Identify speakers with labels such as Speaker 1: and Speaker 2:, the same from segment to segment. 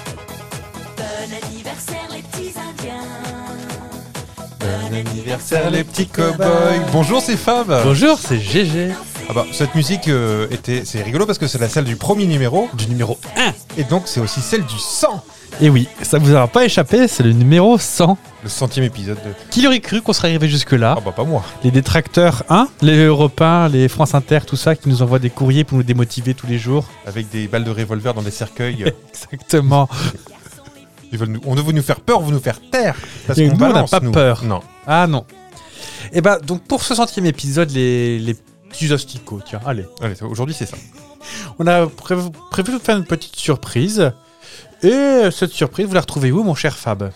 Speaker 1: Bon anniversaire les petits Indiens.
Speaker 2: Bon anniversaire les petits cowboys. Bonjour c'est Fab.
Speaker 3: Bonjour, c'est GG.
Speaker 2: Ah bah, cette musique euh, était, c'est rigolo parce que c'est la celle du premier numéro
Speaker 3: Du numéro 1.
Speaker 2: et donc c'est aussi celle du 100,
Speaker 3: Et oui, ça vous aura pas échappé, c'est le numéro 100.
Speaker 2: le centième épisode. De...
Speaker 3: Qui aurait cru qu'on serait arrivé jusque-là
Speaker 2: Ah bah pas moi.
Speaker 3: Les détracteurs, hein Les Européens, les France Inter, tout ça, qui nous envoient des courriers pour nous démotiver tous les jours.
Speaker 2: Avec des balles de revolver dans des cercueils. euh,
Speaker 3: Exactement.
Speaker 2: Ils veulent nous... On veut nous faire peur, on veut nous faire taire. Parce
Speaker 3: Et
Speaker 2: qu'on
Speaker 3: nous, on n'a
Speaker 2: balance,
Speaker 3: pas
Speaker 2: nous.
Speaker 3: peur.
Speaker 2: Non.
Speaker 3: Ah non. Et bah, donc pour ce centième épisode, les, les petits asticots, tiens, allez.
Speaker 2: Allez, c'est- aujourd'hui c'est ça.
Speaker 3: On a prévu, prévu de faire une petite surprise. Et cette surprise, vous la retrouvez où, mon cher Fab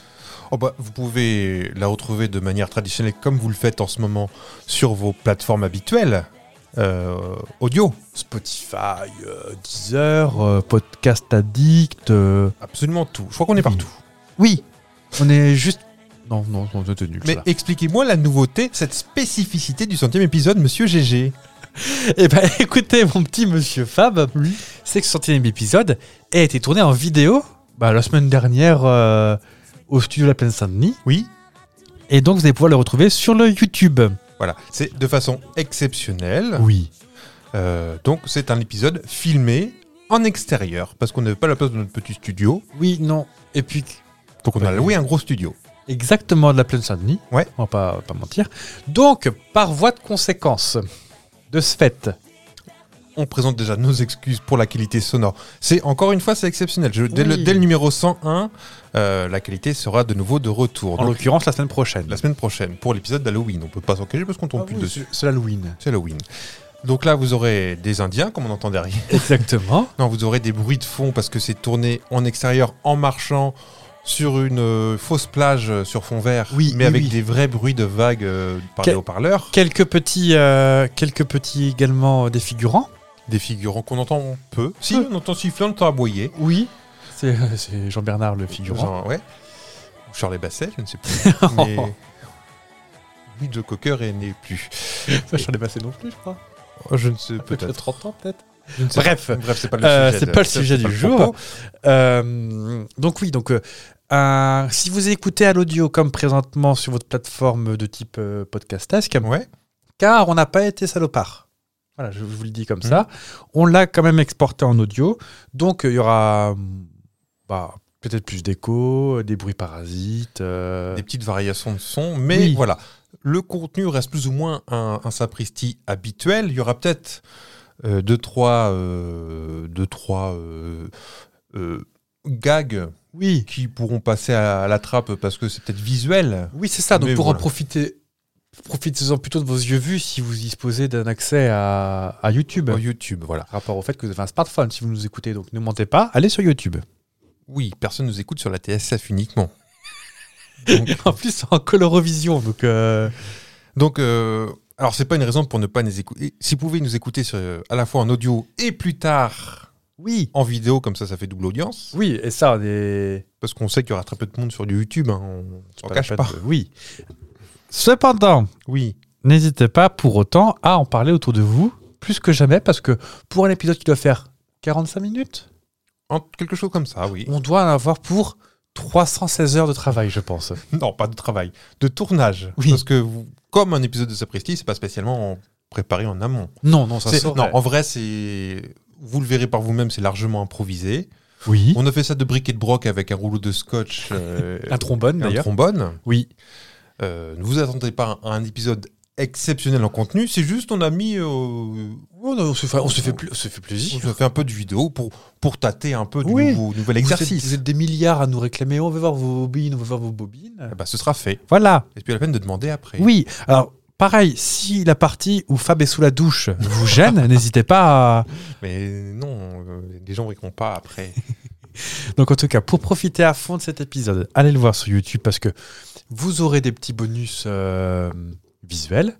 Speaker 2: Oh bah, vous pouvez la retrouver de manière traditionnelle comme vous le faites en ce moment sur vos plateformes habituelles. euh, audio,
Speaker 3: Spotify, euh, Deezer, euh, Podcast Addict. euh,
Speaker 2: absolument tout. Je crois qu'on est partout.
Speaker 3: Oui, on est juste. Non, non, on est nul.
Speaker 2: Mais expliquez-moi la nouveauté, cette spécificité du centième épisode, monsieur GG.
Speaker 3: Eh ben, écoutez, mon petit monsieur Fab, c'est que ce centième épisode a été tourné en vidéo bah, la semaine dernière euh, au studio La Plaine Saint-Denis.
Speaker 2: Oui,
Speaker 3: Et donc, vous allez pouvoir le retrouver sur le YouTube.
Speaker 2: voilà. C'est de façon exceptionnelle.
Speaker 3: Oui.
Speaker 2: Euh, donc, c'est un épisode filmé en extérieur parce qu'on n'avait pas la place de notre petit studio.
Speaker 3: Oui, non. Et puis,
Speaker 2: Donc, on a loué un gros studio.
Speaker 3: exactement de La Plaine Saint-Denis.
Speaker 2: Ouais.
Speaker 3: On va pas, pas mentir. Donc, par voie de conséquence de ce fait,
Speaker 2: On présente déjà nos excuses pour la qualité sonore. C'est encore une fois, c'est exceptionnel. Je- dès, le,
Speaker 3: Oui.
Speaker 2: dès le numéro 101, euh, la qualité sera de nouveau de retour.
Speaker 3: en
Speaker 2: Donc,
Speaker 3: l'occurrence la semaine prochaine.
Speaker 2: la semaine prochaine pour l'épisode d'Halloween. On peut pas s'en cacher parce qu'on tombe
Speaker 3: Ah
Speaker 2: plus
Speaker 3: oui,
Speaker 2: dessus.
Speaker 3: C'est l'Halloween.
Speaker 2: C'est Halloween. Donc là, vous aurez des Indiens, comme on entend derrière.
Speaker 3: Exactement.
Speaker 2: Non, vous aurez des bruits de fond parce que c'est tourné en extérieur, en marchant sur une euh, fausse plage euh, sur fond vert,
Speaker 3: Oui,
Speaker 2: mais
Speaker 3: oui,
Speaker 2: avec
Speaker 3: oui.
Speaker 2: des vrais bruits de vagues euh, par
Speaker 3: Quel-
Speaker 2: les haut-parleurs.
Speaker 3: Quelques petits, euh, quelques petits également euh, des figurants.
Speaker 2: Des figurants qu'on entend peu. Si,
Speaker 3: Peu.
Speaker 2: on entend siffler, on entend aboyer.
Speaker 3: Oui. C'est euh, c'est Jean-Bernard le figurant.
Speaker 2: Genre, ouais. Ou Shirley Basset, je ne sais plus. mais... Lui, Joe Cocker est né plus.
Speaker 3: Ça, j'en ai passé non plus, je crois.
Speaker 2: Oh, je ne sais
Speaker 3: Peut-être
Speaker 2: peut-être.
Speaker 3: 30 ans, peut-être.
Speaker 2: Je ne sais
Speaker 3: Bref.
Speaker 2: pas. bref, c'est pas le
Speaker 3: Euh,
Speaker 2: sujet.
Speaker 3: c'est
Speaker 2: de-
Speaker 3: pas le sujet du
Speaker 2: pas le
Speaker 3: jour.
Speaker 2: propos.
Speaker 3: Euh, donc oui, donc euh, un- si vous écoutez à l'audio comme présentement sur votre plateforme de type euh, podcastesque,
Speaker 2: Ouais.
Speaker 3: car on n'a pas été salopard. Voilà, je, je vous le dis comme
Speaker 2: Mhm.
Speaker 3: ça. On l'a quand même exporté en audio, donc euh, il y aura hum, bah, peut-être plus d'écho, euh, des bruits parasites. euh,
Speaker 2: Des petites variations de son, mais
Speaker 3: Oui.
Speaker 2: voilà. Le contenu reste plus ou moins un, un sapristi habituel. Il y aura peut-être euh, deux, trois, euh, deux, trois euh, euh, gags
Speaker 3: Oui,
Speaker 2: qui pourront passer à, à la trappe parce que c'est peut-être visuel.
Speaker 3: oui, c'est ça. Donc
Speaker 2: Mais
Speaker 3: pour en
Speaker 2: voilà.
Speaker 3: profiter, profitez-en plutôt de vos yeux vus si vous disposez d'un accès à, à YouTube.
Speaker 2: Sur YouTube, voilà.
Speaker 3: par rapport au fait que vous avez un smartphone si vous nous écoutez. Donc ne mentez pas, allez sur YouTube.
Speaker 2: Oui, personne nous écoute sur la TSF uniquement. Donc,
Speaker 3: En plus, c'est en colorovision. Donc, euh,
Speaker 2: donc, euh, alors c'est pas une raison pour ne pas nous écouter. Si vous pouvez nous écouter sur- euh, à la fois en audio et plus tard
Speaker 3: oui.
Speaker 2: en vidéo, comme ça, ça fait double audience.
Speaker 3: Oui, et ça, des.
Speaker 2: parce qu'on sait qu'il y aura très peu de monde sur du YouTube, hein, on s'en
Speaker 3: la
Speaker 2: cache
Speaker 3: peine
Speaker 2: pas.
Speaker 3: de- Oui. Cependant,
Speaker 2: Oui,
Speaker 3: n'hésitez pas pour autant à en parler autour de vous, plus que jamais, parce que pour un épisode qui doit faire 45 minutes,
Speaker 2: En- quelque chose comme ça, oui.
Speaker 3: on doit en avoir pour 316 heures de travail, je pense.
Speaker 2: Non, pas de travail, de tournage.
Speaker 3: Oui.
Speaker 2: Parce que vous- comme un épisode de Sapristi, c'est pas spécialement en- préparé en amont.
Speaker 3: Non, non, ça
Speaker 2: C'est-
Speaker 3: sort.
Speaker 2: non, en vrai, c'est vous le verrez par vous-même, c'est largement improvisé.
Speaker 3: Oui.
Speaker 2: On a fait ça de briquet de broc avec un rouleau de scotch, euh,
Speaker 3: Un trombone,
Speaker 2: et un
Speaker 3: d'ailleurs.
Speaker 2: trombone.
Speaker 3: Oui.
Speaker 2: Euh, ne vous attendez pas à un épisode exceptionnel en contenu. C'est juste, on a mis, euh,
Speaker 3: Oh, on se fait, on se fait, pla- on se fait plaisir.
Speaker 2: on a fait un peu de vidéo pour pour tâter un peu du
Speaker 3: Oui.
Speaker 2: nouveau- nouvel
Speaker 3: Vous êtes,
Speaker 2: exercice.
Speaker 3: vous êtes des milliards à nous réclamer. On veut voir vos bobines, on veut voir vos bobines.
Speaker 2: Eh ben, ce sera fait.
Speaker 3: Voilà.
Speaker 2: C'est plus la peine de demander après.
Speaker 3: Oui. Alors, pareil, si la partie où Fab est sous la douche vous gêne, n'hésitez pas à...
Speaker 2: Mais non, euh, les gens ne pas après.
Speaker 3: Donc, en tout cas, pour profiter à fond de cet épisode, allez le voir sur YouTube parce que vous aurez des petits bonus euh, visuels.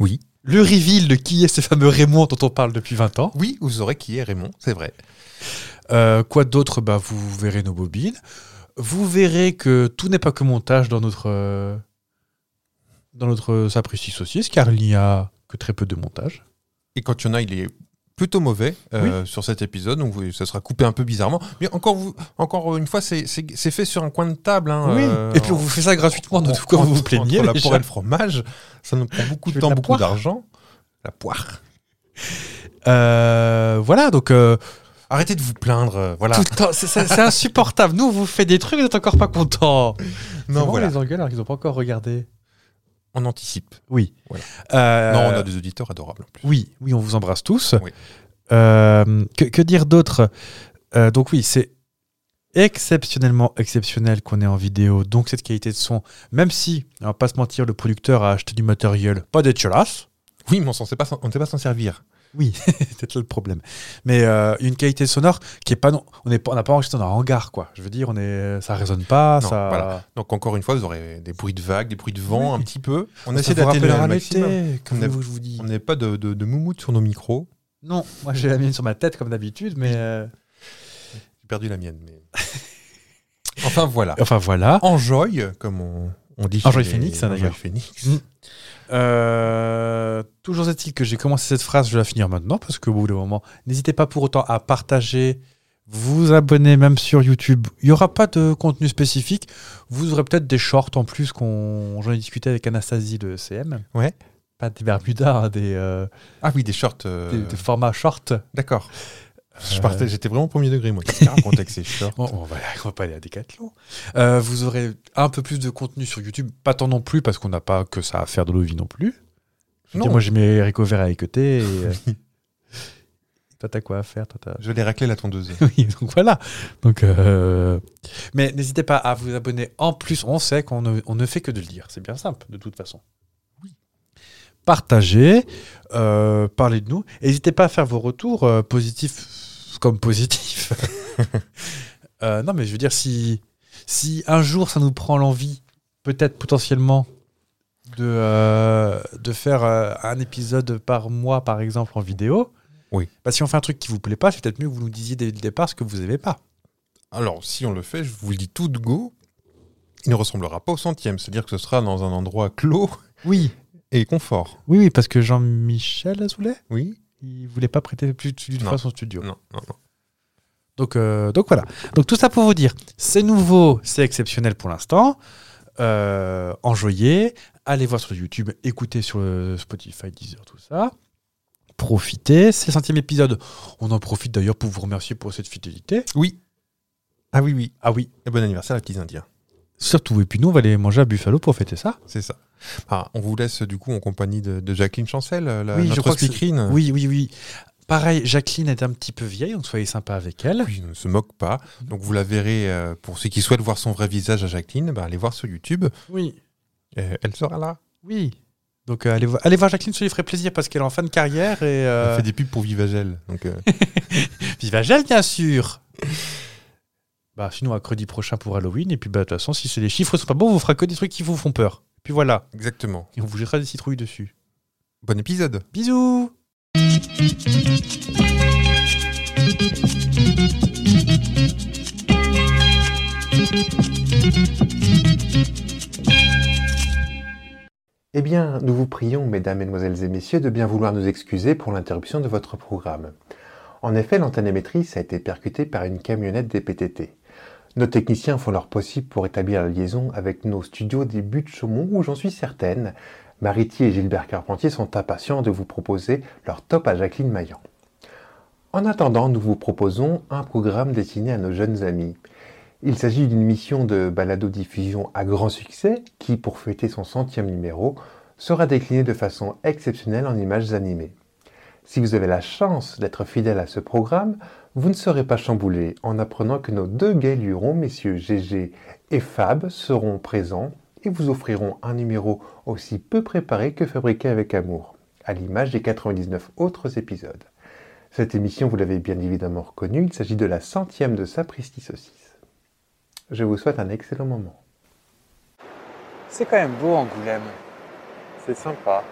Speaker 2: Oui.
Speaker 3: Le reveal de qui est ce fameux Raymond dont on parle depuis 20 ans.
Speaker 2: Oui, vous aurez qui est Raymond, c'est vrai.
Speaker 3: Euh, quoi d'autre bah, Vous verrez nos bobines. Vous verrez que tout n'est pas que montage dans notre, euh, dans notre sapristi saucisse, car il n'y a que très peu de montage.
Speaker 2: Et quand il y en a, il est plutôt mauvais euh, sur cet épisode, donc vous- ça sera coupé un peu bizarrement. Mais encore, vous- encore une fois, c'est- c'est c'est fait sur un coin de table. hein,
Speaker 3: Oui.
Speaker 2: euh,
Speaker 3: Et puis on vous fait ça gratuitement, donc quand vous vous plaignez.
Speaker 2: Entre la
Speaker 3: déjà.
Speaker 2: poire et le fromage, ça nous prend beaucoup de
Speaker 3: Tu veux de
Speaker 2: temps,
Speaker 3: la
Speaker 2: beaucoup
Speaker 3: poire
Speaker 2: d'argent. La poire.
Speaker 3: Euh, voilà, donc euh,
Speaker 2: Arrêtez de vous plaindre. euh, Voilà.
Speaker 3: tout le temps, c'est- c'est c'est insupportable. Nous, on vous fait des trucs, vous n'êtes encore pas contents.
Speaker 2: non, voilà.
Speaker 3: les engueule alors qu'ils n'ont pas encore regardé.
Speaker 2: On anticipe.
Speaker 3: Oui.
Speaker 2: Voilà.
Speaker 3: Euh,
Speaker 2: Non, on a des auditeurs adorables en plus.
Speaker 3: Oui, oui, on vous embrasse tous.
Speaker 2: Oui.
Speaker 3: Euh, que, que dire d'autre Euh, Donc oui, c'est exceptionnellement exceptionnel qu'on est en vidéo. Donc cette qualité de son, même si, on va pas se mentir, le producteur a acheté du matériel pas dégueulasse.
Speaker 2: Oui, mais on ne pas, s'en- on ne sait pas s'en servir.
Speaker 3: Oui, c'est là le problème. Mais euh, une qualité sonore qui est pas non, on est pas- on n'a pas enregistré dans un hangar quoi. Je veux dire, on est, ça résonne pas,
Speaker 2: Non,
Speaker 3: ça.
Speaker 2: voilà. Donc encore une fois, vous aurez des bruits de vagues, des bruits de vent,
Speaker 3: Oui.
Speaker 2: un petit peu. On
Speaker 3: Ça
Speaker 2: essaie
Speaker 3: vous
Speaker 2: d'atténuer
Speaker 3: rappellera
Speaker 2: le
Speaker 3: l'été,
Speaker 2: maximum.
Speaker 3: que
Speaker 2: On est-
Speaker 3: voulez-vous que je vous dise
Speaker 2: On n'est pas de, de, de moumoute sur nos micros.
Speaker 3: Non, moi j'ai la mienne sur ma tête comme d'habitude, mais euh,
Speaker 2: J'ai perdu la mienne. Mais... enfin voilà.
Speaker 3: enfin voilà.
Speaker 2: Enjoy, comme on, on dit.
Speaker 3: Enjoy
Speaker 2: chez les-
Speaker 3: Phoenix, hein,
Speaker 2: Enjoy
Speaker 3: d'ailleurs.
Speaker 2: Phoenix.
Speaker 3: Euh, toujours est-il que j'ai commencé cette phrase, je vais la finir maintenant parce qu'au bout d'un moment, n'hésitez pas pour autant à partager, vous abonner même sur YouTube. Il n'y aura pas de contenu spécifique. Vous aurez peut-être des shorts en plus qu'on. J'en ai discuté avec Anastasie de CM.
Speaker 2: Ouais.
Speaker 3: Pas des Bermudas, hein, des, euh,
Speaker 2: Ah oui, des shorts. euh,
Speaker 3: des- des Euh. formats shorts.
Speaker 2: D'accord. Je partais, j'étais vraiment au premier degré, moi. Qu'est-ce qu'il raconte avec ses shorts
Speaker 3: Bon, on, va, on va pas aller à Decathlon. Euh, vous aurez un peu plus de contenu sur YouTube, pas tant non plus parce qu'on n'a pas que ça à faire de nos vies non plus. Je veux
Speaker 2: Non.
Speaker 3: dire, moi j'ai mes haricots verts à écouter. Et, euh, toi t'as quoi à faire toi, t'as-
Speaker 2: Je l'ai raclé la tondeuse.
Speaker 3: Oui, donc voilà. Donc, euh, Mais n'hésitez pas à vous abonner. En plus, on sait qu'on ne, on ne fait que de le dire. C'est bien simple, de toute façon. Partagez, euh, parlez de nous. N'hésitez pas à faire vos retours euh, positifs comme positifs. Euh, non, mais je veux dire, si, si un jour ça nous prend l'envie, peut-être potentiellement, de, euh, de faire euh, un épisode par mois, par exemple, en vidéo.
Speaker 2: Oui.
Speaker 3: Bah, si on fait un truc qui vous plaît pas, c'est peut-être mieux que vous nous disiez dès le départ ce que vous aimez pas.
Speaker 2: Alors, si on le fait, je vous le dis tout de go, il ne ressemblera pas au centième. C'est-à-dire que ce sera dans un endroit clos
Speaker 3: Oui.
Speaker 2: et confort.
Speaker 3: Oui, oui, parce que Jean-Michel Azoulay,
Speaker 2: Oui
Speaker 3: il voulait pas prêter plus d'une
Speaker 2: Non.
Speaker 3: fois son studio.
Speaker 2: Non, non, non.
Speaker 3: Donc, euh, donc voilà. Donc tout ça pour vous dire, c'est nouveau, c'est exceptionnel pour l'instant. Euh, enjoyez, allez voir sur YouTube, écoutez sur euh, Spotify, Deezer, tout ça. Profitez, c'est le centième épisode. On en profite d'ailleurs pour vous remercier pour cette fidélité.
Speaker 2: Oui. Ah oui, oui.
Speaker 3: Ah oui,
Speaker 2: Et bon anniversaire, les petits Indiens.
Speaker 3: surtout. Et puis nous, on va aller manger à Buffalo pour fêter ça.
Speaker 2: C'est ça. Ah, on vous laisse du coup en compagnie de, de Jacqueline Chancel, euh, la,
Speaker 3: Oui, je
Speaker 2: notre
Speaker 3: crois que c'est-
Speaker 2: speakerine.
Speaker 3: Oui, oui, oui. Pareil, Jacqueline est un petit peu vieille, donc soyez sympa avec elle.
Speaker 2: Oui, ne se moque pas. Donc vous la verrez, euh, pour ceux qui souhaitent voir son vrai visage à Jacqueline, ben, allez voir sur YouTube.
Speaker 3: Oui.
Speaker 2: Euh, elle sera là.
Speaker 3: Oui. Donc euh, allez, vo- allez voir Jacqueline, ça lui ferait plaisir parce qu'elle est en fin de carrière et
Speaker 2: Elle
Speaker 3: euh,
Speaker 2: fait des pubs pour Vivagel. Donc, euh,
Speaker 3: Vivagel bien sûr. bah sinon mercredi prochain pour Halloween et puis bah de toute façon si c'est les chiffres sont pas bons, on vous fera que des trucs qui vous font peur. Puis voilà,
Speaker 2: exactement.
Speaker 3: et on vous jettera des citrouilles dessus.
Speaker 2: Bon épisode.
Speaker 3: Bisous.
Speaker 4: Eh bien, nous vous prions, mesdames, mesdemoiselles et messieurs, de bien vouloir nous excuser pour l'interruption de votre programme. En effet, l'antenne émettrice a été percutée par une camionnette des PTT. Nos techniciens font leur possible pour établir la liaison avec nos studios des buttes Chaumont où j'en suis certaine, Mariti et Gilbert Carpentier sont impatients de vous proposer leur top à Jacqueline Maillan. En attendant, nous vous proposons un programme destiné à nos jeunes amis. Il s'agit d'une mission de balado-diffusion à grand succès qui, pour fêter son centième numéro, sera déclinée de façon exceptionnelle en images animées. Si vous avez la chance d'être fidèle à ce programme, vous ne serez pas chamboulé en apprenant que nos deux gays lurons, messieurs GG et Fab, seront présents et vous offriront un numéro aussi peu préparé que fabriqué avec amour, à l'image des 99 autres épisodes. Cette émission, vous l'avez bien évidemment reconnue, il s'agit de la centième de Sapristi Saucisse. Je vous souhaite un excellent moment.
Speaker 5: C'est quand même beau Angoulême.
Speaker 4: C'est sympa.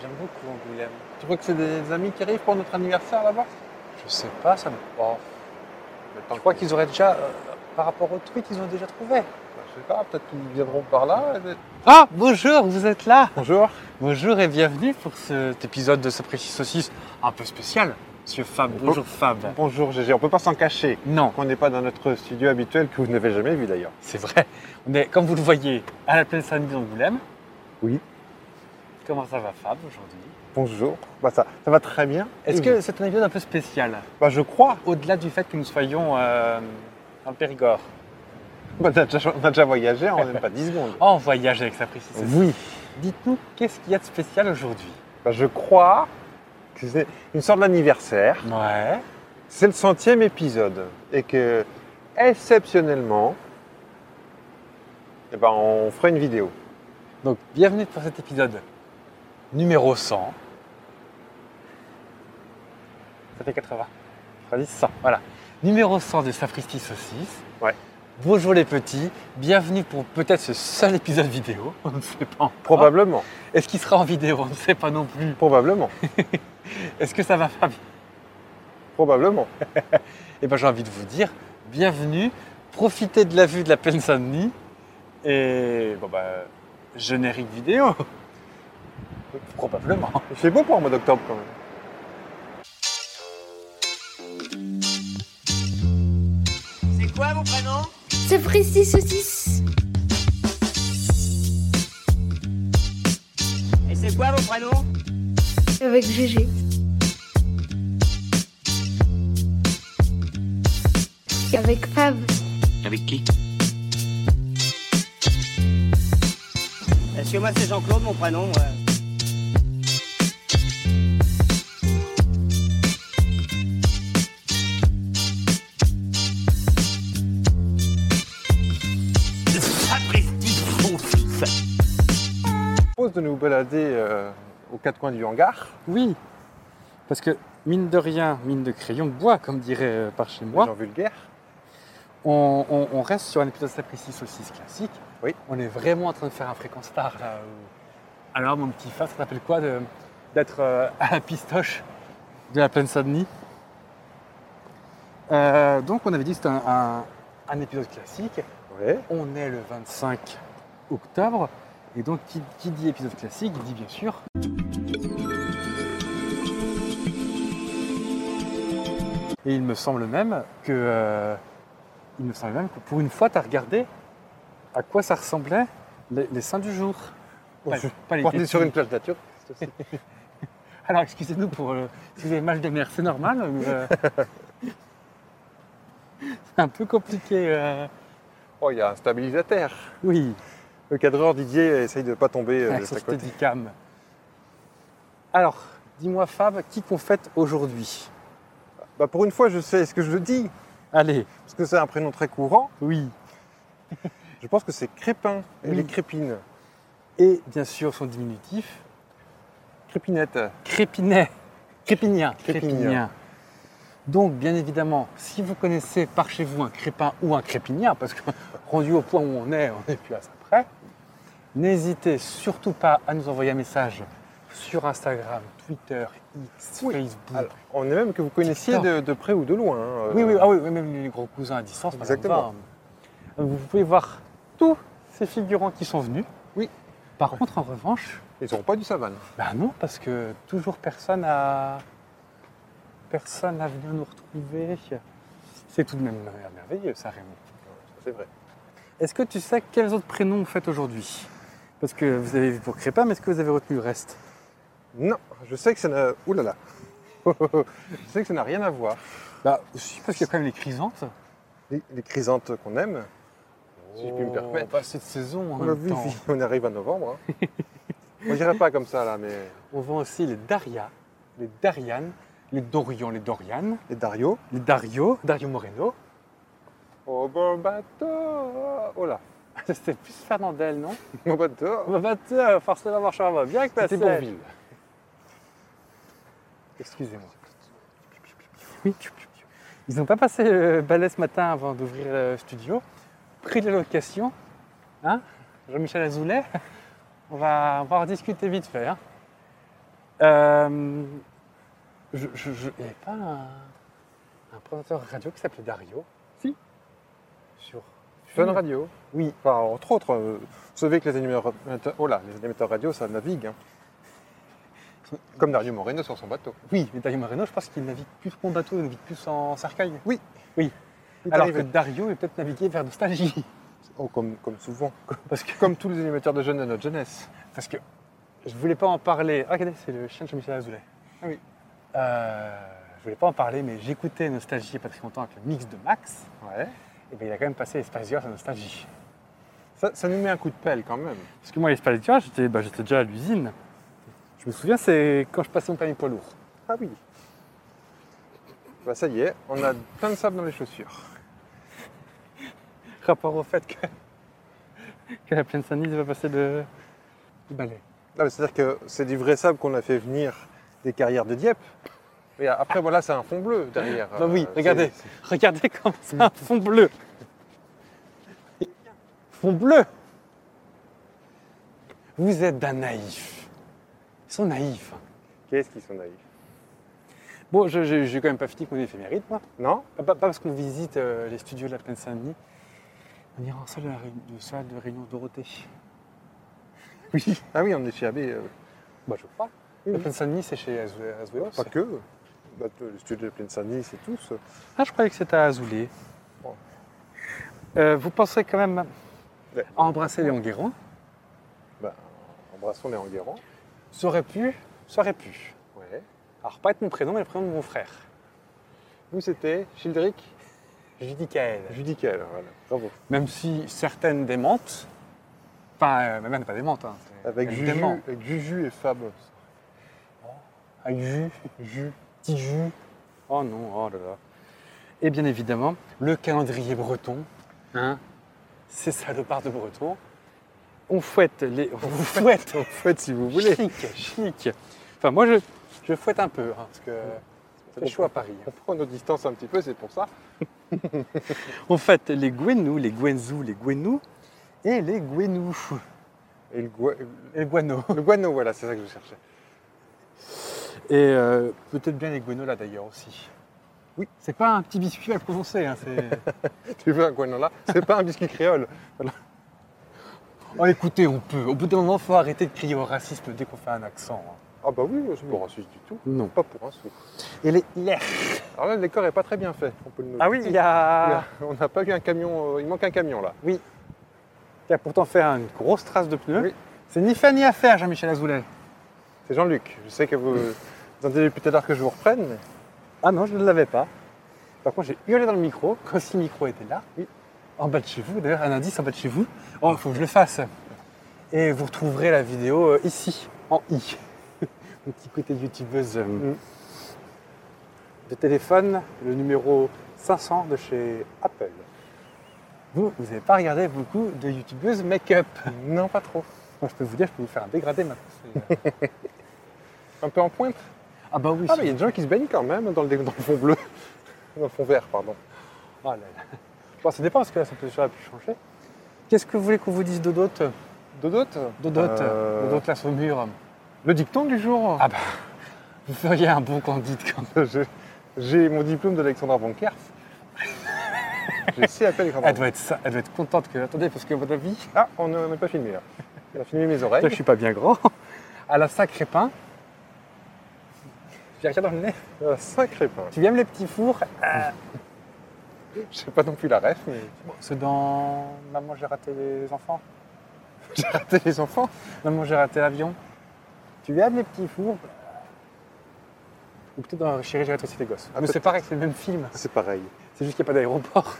Speaker 5: J'aime beaucoup Angoulême.
Speaker 4: Tu crois que c'est des amis qui arrivent pour notre anniversaire là-bas
Speaker 5: Je sais pas, ça me. Oh, je crois qu'ils auraient déjà. euh, par rapport au tweet, ils ont déjà trouvé.
Speaker 4: Je sais pas, peut-être qu'ils viendront par là.
Speaker 5: Ah, bonjour, vous êtes là
Speaker 4: Bonjour.
Speaker 5: Bonjour et bienvenue pour cet épisode de ce précis saucisse un peu spécial.
Speaker 6: Monsieur Fab, bonjour Fab.
Speaker 5: Bonjour GG, on peut pas s'en cacher.
Speaker 6: Non,
Speaker 5: On n'est pas dans notre studio habituel que vous n'avez jamais vu d'ailleurs.
Speaker 6: c'est vrai. On est, comme vous le voyez, à la plaine samedi d'Angoulême.
Speaker 5: Oui.
Speaker 6: Comment ça va Fab aujourd'hui
Speaker 5: Bonjour. Bah, ça, ça va très bien.
Speaker 6: Est-ce
Speaker 5: Et
Speaker 6: que
Speaker 5: vous
Speaker 6: c'est un épisode un peu spécial
Speaker 5: Bah, je crois.
Speaker 6: Au-delà du fait que nous soyons euh, en Périgord,
Speaker 5: Bah, on, a déjà, on a déjà voyagé, on n'aime pas 10 secondes.
Speaker 6: en voyage avec sa précision.
Speaker 5: Oui.
Speaker 6: Dites-nous, qu'est-ce qu'il y a de spécial aujourd'hui
Speaker 5: Bah, je crois que c'est une sorte d'anniversaire.
Speaker 6: Ouais.
Speaker 5: C'est le centième épisode et que, exceptionnellement, eh ben, on fera une vidéo.
Speaker 6: Donc, bienvenue pour cet épisode numéro 100. Ça fait 80. Ça dit 100, voilà. Numéro 100 de Sapristi Saucisse.
Speaker 5: Ouais.
Speaker 6: Bonjour les petits, bienvenue pour peut-être ce seul épisode vidéo, on ne sait pas. encore.
Speaker 5: Probablement,
Speaker 6: Est-ce qu'il sera en vidéo On ne sait pas non plus.
Speaker 5: probablement,
Speaker 6: Est-ce que ça va Fabien
Speaker 5: probablement.
Speaker 6: Eh bien j'ai envie de vous dire, bienvenue, profitez de la vue de la plaine Saint-Denis et bon bah générique vidéo. Probablement.
Speaker 5: Il fait beau pour un mois d'octobre quand même.
Speaker 7: C'est Fristy Saucisse.
Speaker 8: Et c'est quoi vos prénoms
Speaker 7: Avec GG. Avec Fab.
Speaker 9: Avec qui
Speaker 8: Parce que moi c'est Jean-Claude mon prénom. ouais.
Speaker 5: Je propose de nous balader euh, aux quatre coins du hangar.
Speaker 6: Oui, parce que mine de rien, mine de crayon de bois, comme dirait euh, par chez
Speaker 5: Les
Speaker 6: moi,
Speaker 5: gens vulgaires.
Speaker 6: on, on- on reste sur un épisode Sapristi Saucisse classique.
Speaker 5: Oui.
Speaker 6: On est vraiment en train de faire un fréquence star là. où- Alors mon petit Fab, ça t'appelle quoi de- d'être euh, à la pistoche de la plaine Saint-Denis Euh, Donc on avait dit que c'était un- un- un épisode classique.
Speaker 5: Ouais.
Speaker 6: On est le 25 octobre. Et donc, qui, qui dit épisode classique, dit bien sûr. Et il me semble même que. euh, il me semble même que pour une fois, tu as regardé à quoi ça ressemblait les, les saints du jour. Pas- pas les
Speaker 5: On est sur
Speaker 6: petits.
Speaker 5: une plage nature.
Speaker 6: Alors, excusez-nous pour. euh, si vous avez mal de mer, c'est normal. mais, euh, c'est un peu compliqué. euh.
Speaker 5: Oh, il y a un stabilisateur.
Speaker 6: Oui.
Speaker 5: Le cadreur Didier essaye de pas tomber euh,
Speaker 6: Ouais,
Speaker 5: de
Speaker 6: sur
Speaker 5: sa
Speaker 6: ce
Speaker 5: côte.
Speaker 6: Steadicam. Alors, dis-moi Fab, qui qu'on fête aujourd'hui
Speaker 5: Bah, pour une fois, je sais ce que je dis,
Speaker 6: Allez,
Speaker 5: parce que c'est un prénom très courant.
Speaker 6: oui.
Speaker 5: Je pense que c'est Crépin et
Speaker 6: Oui.
Speaker 5: les Crépines.
Speaker 6: Et bien sûr son diminutif,
Speaker 5: Crépinette.
Speaker 6: Crépinet. Crépinien.
Speaker 5: Crépinien.
Speaker 6: Donc, bien évidemment, si vous connaissez par chez vous un crépin ou un crépignat, parce que rendu au point où on est, on n'est plus à ça près, n'hésitez surtout pas à nous envoyer un message sur Instagram, Twitter, X,
Speaker 5: Oui.
Speaker 6: Facebook.
Speaker 5: Alors, on est même que vous connaissiez de, de près ou de loin. hein, euh,
Speaker 6: Oui, oui, ah oui, oui, même les gros cousins à distance. par exemple,
Speaker 5: Exactement.
Speaker 6: hein. Vous pouvez voir tous ces figurants qui sont venus.
Speaker 5: Oui.
Speaker 6: Par contre, en revanche,
Speaker 5: Ils n'auront pas du savane.
Speaker 6: bah non, parce que toujours personne à personne à venir nous retrouver. C'est tout de même mer- merveilleux, ça, Raymond.
Speaker 5: C'est vrai.
Speaker 6: Est-ce que tu sais quels autres prénoms vous faites aujourd'hui Parce que vous avez vu pour Crépin, mais est-ce que vous avez retenu le reste
Speaker 5: Non, je sais que ça n'a. Ouh là là. je sais que ça n'a rien à voir.
Speaker 6: Bah, si, parce qu'il y a quand même les crisantes.
Speaker 5: Les, les chrysantes qu'on aime. Si je puis me permettre.
Speaker 6: Oh, Pas cette saison, en
Speaker 5: on a
Speaker 6: même
Speaker 5: vu,
Speaker 6: temps.
Speaker 5: on arrive à novembre. hein. on dirait pas comme ça là, mais
Speaker 6: On vend aussi les Daria, les Darian, les Dorian, les Dorian,
Speaker 5: les Dario.
Speaker 6: les Dario, Dario Moreno.
Speaker 5: Oh bon bateau Oh là
Speaker 6: C'était plus Fernandel, non
Speaker 5: Mon bateau
Speaker 6: Bah, bah, tiens, forcément, marchera va bien que
Speaker 5: C'était
Speaker 6: Marcel.
Speaker 5: Bourville.
Speaker 6: Excusez-moi. Oui. Ils n'ont pas passé le balai ce matin avant d'ouvrir euh, le studio. Prix de la location. Hein Jean-Michel Azoulay. On va, on va en discuter vite fait. hein. Euh, je, je, je- il n'y avait pas un, un présentateur radio qui s'appelait Dario Si. Sur.
Speaker 5: Fun Radio.
Speaker 6: Oui.
Speaker 5: Enfin, entre autres, euh, vous savez que les animateurs, oh là, les animateurs radio, ça navigue. hein.
Speaker 6: Ils sont
Speaker 5: Comme Dario Moreno sur son bateau.
Speaker 6: Oui, mais Dario Moreno, je pense qu'il navigue plus sur mon bateau, il navigue plus en Sarcaille.
Speaker 5: Oui.
Speaker 6: Oui.
Speaker 5: Il
Speaker 6: Alors
Speaker 5: arrive-
Speaker 6: que Dario est peut-être navigué vers Nostalgie.
Speaker 5: Oh, comme, comme souvent. Comme-
Speaker 6: Parce que,
Speaker 5: Comme tous les animateurs de jeunes de notre jeunesse.
Speaker 6: parce que je voulais pas en parler. Ah, regardez, c'est le chien de Jean-Michel Azoulay.
Speaker 5: Ah oui.
Speaker 6: Euh, je voulais pas en parler, mais j'écoutais Nostalgie il y a pas très longtemps avec le mix de Max.
Speaker 5: Ouais.
Speaker 6: Et bien, il a quand même passé Espace Girls à Nostalgie.
Speaker 5: Ça, ça nous met un coup de pelle quand même.
Speaker 6: Parce que moi, Espace Girls, j'étais bah, j'étais déjà à l'usine. Je me souviens, c'est quand je passais mon permis poids lourd.
Speaker 5: Ah oui. Bah ça y est, on a plein de sable dans les chaussures.
Speaker 6: Rapport au fait que, que la plaine Saint-Denis va passer le, le
Speaker 5: Bah,
Speaker 6: balai.
Speaker 5: Non, Ah, mais C'est-à-dire que c'est du vrai sable qu'on a fait venir des carrières de Dieppe. Ah, Mais après, voilà, c'est un fond bleu derrière. euh,
Speaker 6: Bah oui,
Speaker 5: c'est-
Speaker 6: regardez. Regardez comme c'est un fond bleu. Fond bleu Vous êtes d'un naïf. Ils sont naïfs. hein.
Speaker 5: Qu'est-ce qu'ils sont naïfs
Speaker 6: Bon, je- je- j'ai quand même pas fini mon éphémérite, moi.
Speaker 5: Non
Speaker 6: Pas, pas- pas parce qu'on visite euh, les studios de la plaine Saint-Denis. On ira en salle de, la réun- de salle de réunion Dorothée.
Speaker 5: Oui. Ah oui, on est chez AB. euh,
Speaker 6: Bah, je crois. La plaine Saint-Denis, c'est chez Azoué- Azouéos.
Speaker 5: pas que. Bah, le studio de Plaine Saint-Denis, c'est tous.
Speaker 6: Ah, je croyais que c'était à Azoulay.
Speaker 5: Bon.
Speaker 6: Euh, vous penserez quand même
Speaker 5: Ouais.
Speaker 6: à embrasser Léon Guérin
Speaker 5: Bah, embrassons les Enguerrands.
Speaker 6: Ça aurait pu, ça aurait pu.
Speaker 5: Ouais.
Speaker 6: Alors, pas être mon prénom, mais le prénom de mon frère.
Speaker 5: Vous, c'était Childric
Speaker 6: Judicaël.
Speaker 5: Judicaël, voilà. Bravo.
Speaker 6: Même si certaines démentent. Enfin, euh, ma mère n'est pas démente. Hein. C'est-
Speaker 5: Avec
Speaker 6: elle
Speaker 5: Juju,
Speaker 6: dément.
Speaker 5: avec Juju et Fab.
Speaker 6: Avec jus, jus, petit jus. Oh non, oh là là. Et bien évidemment, le calendrier breton, hein, c'est salopard de breton. On fouette les. On vous fouette,
Speaker 5: En fait, si vous voulez.
Speaker 6: Chic, chic. Enfin, moi, je, je fouette un peu, hein, parce
Speaker 5: Mmh.
Speaker 6: que c'est chaud à Paris. hein.
Speaker 5: On prend nos distances un petit peu, c'est pour ça.
Speaker 6: On fête les Gwenou, les Gwenzou, les Gwenou et les Gwenou.
Speaker 5: Et le, gua-
Speaker 6: Et le Guano.
Speaker 5: le guano, voilà, c'est ça que je cherchais.
Speaker 6: Et euh, peut-être bien les Gueno là d'ailleurs aussi. Oui, c'est pas un petit biscuit à prononcer. Hein, c'est-
Speaker 5: Tu veux un guano là C'est pas un biscuit créole.
Speaker 6: oh, écoutez, on peut. Au bout d'un moment, faut arrêter de crier au racisme dès qu'on fait un accent. hein.
Speaker 5: Ah bah oui, c'est pas raciste du tout.
Speaker 6: Non.
Speaker 5: Pas pour un sou.
Speaker 6: Et les l'air.
Speaker 5: Alors là, le décor est pas très bien fait. On peut le noter.
Speaker 6: Ah oui, il y a.
Speaker 5: On n'a pas vu un camion, euh, il manque un camion là.
Speaker 6: Il a pourtant fait une grosse trace de pneus.
Speaker 5: Oui.
Speaker 6: C'est ni fait ni à faire, Jean-Michel Azoulay.
Speaker 5: C'est Jean-Luc. Je sais que vous, vous en disiez depuis tout à l'heure que je vous reprenne. mais-
Speaker 6: Ah non, je ne l'avais pas. Par contre, j'ai hurlé dans le micro, comme si le micro était là. Oui. En bas de chez vous, d'ailleurs, un indice en bas de chez vous. Oh, il faut que je le fasse. Et vous retrouverez la vidéo euh, ici, en i. Mon petit côté youtubeuse euh,
Speaker 5: Mm.
Speaker 6: de téléphone, le numéro 500 de chez Apple. Vous, vous n'avez pas regardé beaucoup de youtubeuses make-up.
Speaker 5: Non, pas trop.
Speaker 6: Moi, je peux vous dire, je peux vous faire un dégradé maintenant. C'est-
Speaker 5: Un peu en pointe.
Speaker 6: Ah bah oui,
Speaker 5: Ah
Speaker 6: si
Speaker 5: mais il y a des gens qui se baignent quand même dans le, dé- dans le fond bleu. Dans le fond vert, pardon.
Speaker 6: Oh là là. Bon, ça dépend parce que là, ça peut, ça a pu changer. Qu'est-ce que vous voulez qu'on vous dise de d'autre
Speaker 5: Dodote
Speaker 6: De d'autre
Speaker 5: Euh,
Speaker 6: De d'autre, là, sur le mur
Speaker 5: Le dicton du jour
Speaker 6: Ah bah, vous feriez un bon candide quand même.
Speaker 5: Je- J'ai mon diplôme d'Alexandra Van Kerf. J'ai si appelé Alexandra.
Speaker 6: Elle doit être, ça- elle doit être contente que. Attendez, parce que, à votre avis,
Speaker 5: Ah, on n'a on n'a pas filmé là. On a filmé mes
Speaker 6: je
Speaker 5: oreilles.
Speaker 6: suis pas bien grand. À la sacrée pain. J'ai rien dans le nez.
Speaker 5: Ah, sacré pain.
Speaker 6: Tu aimes les petits fours
Speaker 5: Je sais pas non plus la ref, mais
Speaker 6: C'est dans. Maman, j'ai raté les enfants.
Speaker 5: j'ai raté les enfants.
Speaker 6: Maman, j'ai raté l'avion. Tu aimes les petits fours Ou peut-être dans Chérie, j'ai rétréci les gosses.
Speaker 5: Ah,
Speaker 6: Mais c'est
Speaker 5: peut-être.
Speaker 6: pareil, c'est le même film.
Speaker 5: C'est pareil.
Speaker 6: C'est juste qu'il n'y a pas d'aéroport.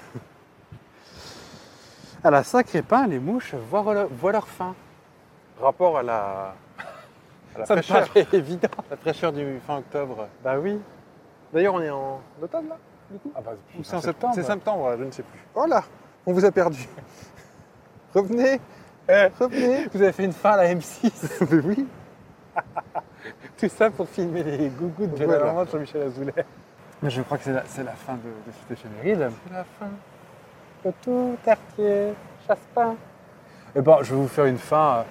Speaker 6: À la sacrée pain, les mouches voient leur, voient leur faim.
Speaker 5: Rapport à la, à la
Speaker 6: Ça me
Speaker 5: fraîcheur,
Speaker 6: paraît évident.
Speaker 5: la fraîcheur du fin octobre.
Speaker 6: Bah oui.
Speaker 5: D'ailleurs, on est en automne là
Speaker 6: Ah bah,
Speaker 5: Ou
Speaker 6: c'est en septembre.
Speaker 5: C'est septembre, je ne sais plus. Oh là, on vous a perdu. revenez, revenez.
Speaker 6: Euh, Vous avez fait une fin à la M6.
Speaker 5: Mais oui.
Speaker 6: Tout ça pour filmer les gougous de
Speaker 5: Voilà.
Speaker 6: Bernard de Jean-Michel Azoulay. Mais je crois que c'est la, c'est la fin de, de cette éphéméride.
Speaker 5: C'est la fin.
Speaker 6: Le tout, Tartier, Chaspin. Eh ben, je vais vous faire une fin, euh,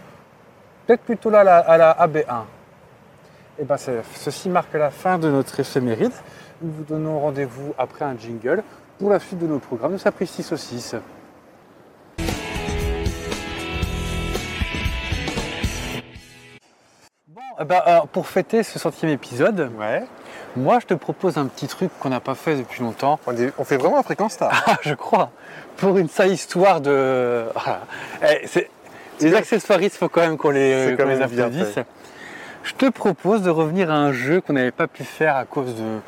Speaker 6: peut-être plutôt là à la, à la AB1. Eh ben, c'est- ceci marque la fin de notre éphéméride. Nous vous donnons rendez-vous après un jingle pour la suite de nos programmes de Sapristi Saucisse. Bon, Eh ben, alors, pour fêter ce centième épisode,
Speaker 5: Ouais.
Speaker 6: moi je te propose un petit truc qu'on n'a pas fait depuis longtemps.
Speaker 5: On, est- on fait vraiment un fréquence star.
Speaker 6: Ah, je crois. Pour une sale histoire de. Ah. Eh, c'est- les accessoiristes, faut quand même qu'on
Speaker 5: C'est
Speaker 6: les,
Speaker 5: quand
Speaker 6: qu'on les
Speaker 5: même bien
Speaker 6: applaudisse.
Speaker 5: fait.
Speaker 6: Je te propose de revenir à un jeu qu'on n'avait pas pu faire à cause de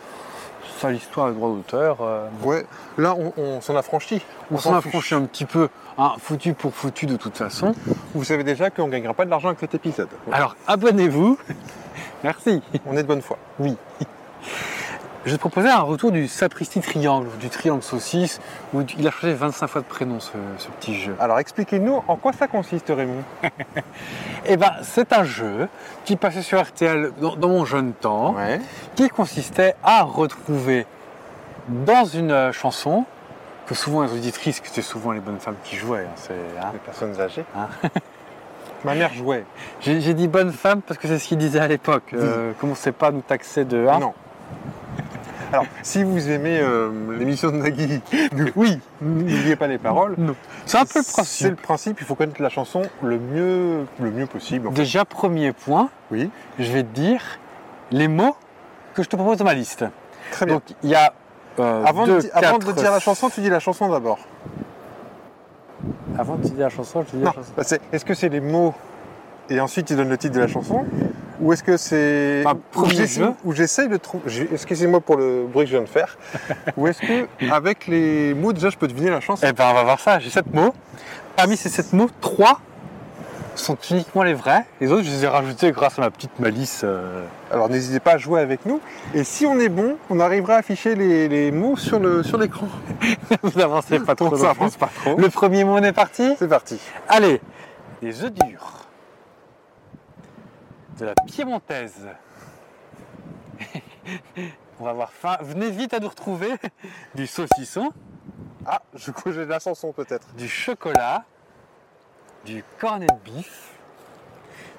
Speaker 6: sale histoire de droit d'auteur. euh,
Speaker 5: ouais. Là, on, on s'en affranchit.
Speaker 6: On s'en affranchit un petit peu, hein, foutu pour foutu de toute façon.
Speaker 5: Vous savez déjà qu'on gagnera pas de l'argent avec cet épisode.
Speaker 6: Alors abonnez-vous. Merci.
Speaker 5: On est de bonne foi.
Speaker 6: Je te proposais un retour du sapristi triangle, ou du triangle saucisse, où il a changé 25 fois de prénom ce, ce petit jeu.
Speaker 5: Alors expliquez-nous en quoi ça consiste, Raymond.
Speaker 6: Eh ben, c'est un jeu qui passait sur RTL dans, dans mon jeune temps,
Speaker 5: Ouais.
Speaker 6: qui consistait à retrouver dans une euh, chanson, que souvent les auditrices, que c'était souvent les bonnes femmes qui jouaient, hein, c'est, hein.
Speaker 5: Les personnes âgées.
Speaker 6: Hein.
Speaker 5: Ma mère jouait.
Speaker 6: j'ai, j'ai dit bonnes femmes parce que c'est ce qu'ils disaient à l'époque. Euh, commencez pas à nous taxer de... hein.
Speaker 5: non. Alors, si vous aimez euh, l'émission de Nagui, oui, n'oubliez pas les paroles.
Speaker 6: Non. C'est un peu le
Speaker 5: C'est le
Speaker 6: principe.
Speaker 5: principe, il faut connaître la chanson le mieux, le mieux possible.
Speaker 6: Déjà, premier point,
Speaker 5: Oui.
Speaker 6: je vais te dire les mots que je te propose dans ma liste.
Speaker 5: Très
Speaker 6: Donc il y a. euh,
Speaker 5: avant,
Speaker 6: deux,
Speaker 5: de, di- avant de
Speaker 6: quatre,
Speaker 5: dire la chanson, tu dis la chanson d'abord.
Speaker 6: Avant de dire la chanson, je te dis
Speaker 5: Non,
Speaker 6: la chanson.
Speaker 5: bah, c'est- est-ce que c'est les mots et ensuite tu donnes le titre de la chanson Ou est-ce que c'est.
Speaker 6: Bah, premier
Speaker 5: ou j'essaie-
Speaker 6: jeu.
Speaker 5: ou j'essaye de trouver. j'ai- Excusez-moi pour le bruit que je viens de faire. ou est-ce que, avec les mots, déjà je peux deviner la chanson
Speaker 6: Eh ben on va voir ça, j'ai sept mots. Parmi ces sept mots, trois sont uniquement les vrais. Les autres, je les ai rajoutés grâce à ma petite malice. euh.
Speaker 5: Alors n'hésitez pas à jouer avec nous. Et si on est bon, on arrivera à afficher les, les mots sur le sur l'écran.
Speaker 6: Vous avancez pas trop.
Speaker 5: On
Speaker 6: non
Speaker 5: s'avance pas trop.
Speaker 6: plus. Le premier mot, on est parti
Speaker 5: C'est parti.
Speaker 6: Allez Des œufs durs. De la piémontaise. on va avoir faim. Venez vite à nous retrouver. Du saucisson.
Speaker 5: Ah, je crois que j'ai de la chanson peut-être.
Speaker 6: du chocolat, du cornet de bif,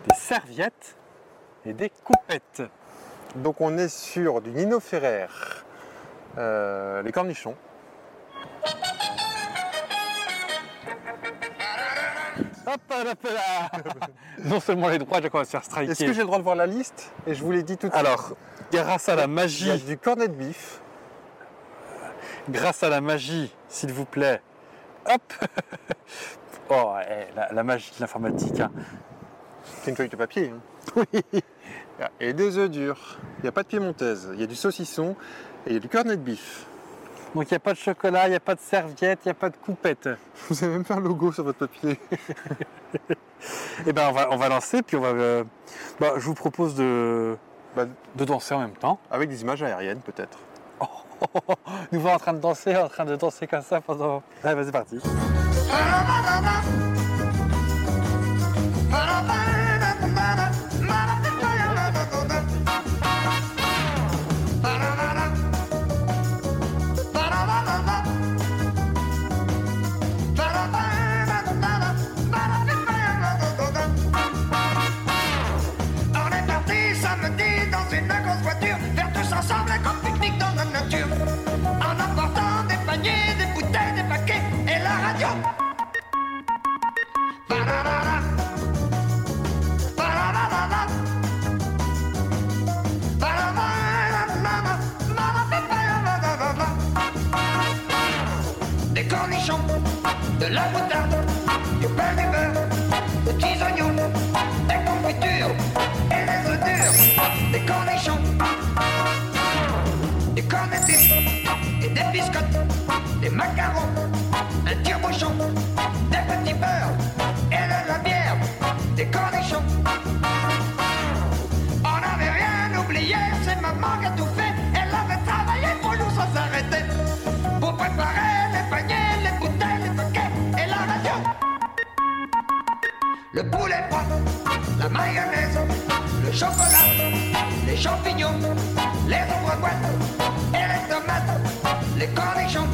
Speaker 6: des serviettes et des coupettes.
Speaker 5: Donc on est sur du Nino Ferrer. Euh, les cornichons.
Speaker 6: Hop hop, hop, là Non seulement les droits, j'ai commencé à se faire
Speaker 5: Est-ce que
Speaker 6: striker.
Speaker 5: j'ai le droit de voir la liste Et je vous l'ai dit tout à
Speaker 6: Alors, grâce à la
Speaker 5: il y a
Speaker 6: magie,
Speaker 5: du cornet de bif.
Speaker 6: grâce à la magie, s'il vous plaît, hop Oh, eh, la, la magie de l'informatique. hein.
Speaker 5: C'est une feuille de papier. hein. Et des œufs durs. Il n'y a pas de piémontaise. Il y a du saucisson et il y a du cornet de bif.
Speaker 6: Donc il n'y a pas de chocolat, il n'y a pas de serviette, il n'y a pas de coupette.
Speaker 5: Vous avez même fait un logo sur votre papier.
Speaker 6: Eh ben on va, on va lancer, puis on va... euh, bah, je vous propose de,
Speaker 5: Bah,
Speaker 6: de danser en même temps.
Speaker 5: avec des images aériennes peut-être.
Speaker 6: Nous voilà en train de danser, en train de danser comme ça pendant. Allez, vas-y, c'est parti.
Speaker 10: On est parti samedi dans une grosse voiture, faire tous ensemble un grand pique-nique dans la nature. En emportant des paniers, des bouteilles, des paquets et la radio. Ba-da-da-da. Ba-da-da-da-da. Ba-da-da-da-da-da. Ba-da-da-da-da-da-da. Des cornichons, de la moutarde, du pain du beurre, des petits oignons, des confitures et des œufs durs, des cornichons, des cornets de bif et des biscottes, des macarons, un tire-bouchon, des petits beurres et de la bière, des cornichons. On n'avait rien oublié, c'est maman qui a tout fait. Elle avait travaillé pour nous sans s'arrêter. Pour préparer les paniers, les bouteilles, les paquets et la radio. Le poulet pois, la mayonnaise, le chocolat, les champignons, les ombres et les tomates, les cornichons.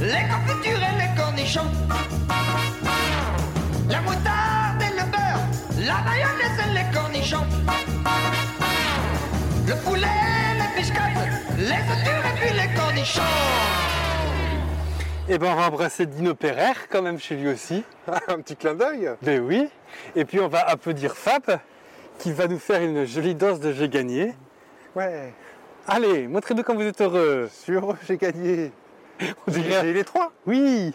Speaker 10: les confitures et les cornichons. La moutarde et le beurre, la mayonnaise et les cornichons. Le poulet, les biscottes, les œufs durs et puis les cornichons.
Speaker 6: Et ben on va embrasser Dino Perrer quand même chez lui aussi.
Speaker 5: Un petit clin d'œil
Speaker 6: Ben oui. Et puis on va applaudir Fab qui va nous faire une jolie danse de j'ai gagné.
Speaker 5: Ouais.
Speaker 6: Allez, montrez-nous quand vous êtes heureux.
Speaker 5: Sûr, j'ai gagné.
Speaker 6: On
Speaker 5: J'ai
Speaker 6: dirait,
Speaker 5: j'ai les trois.
Speaker 6: oui,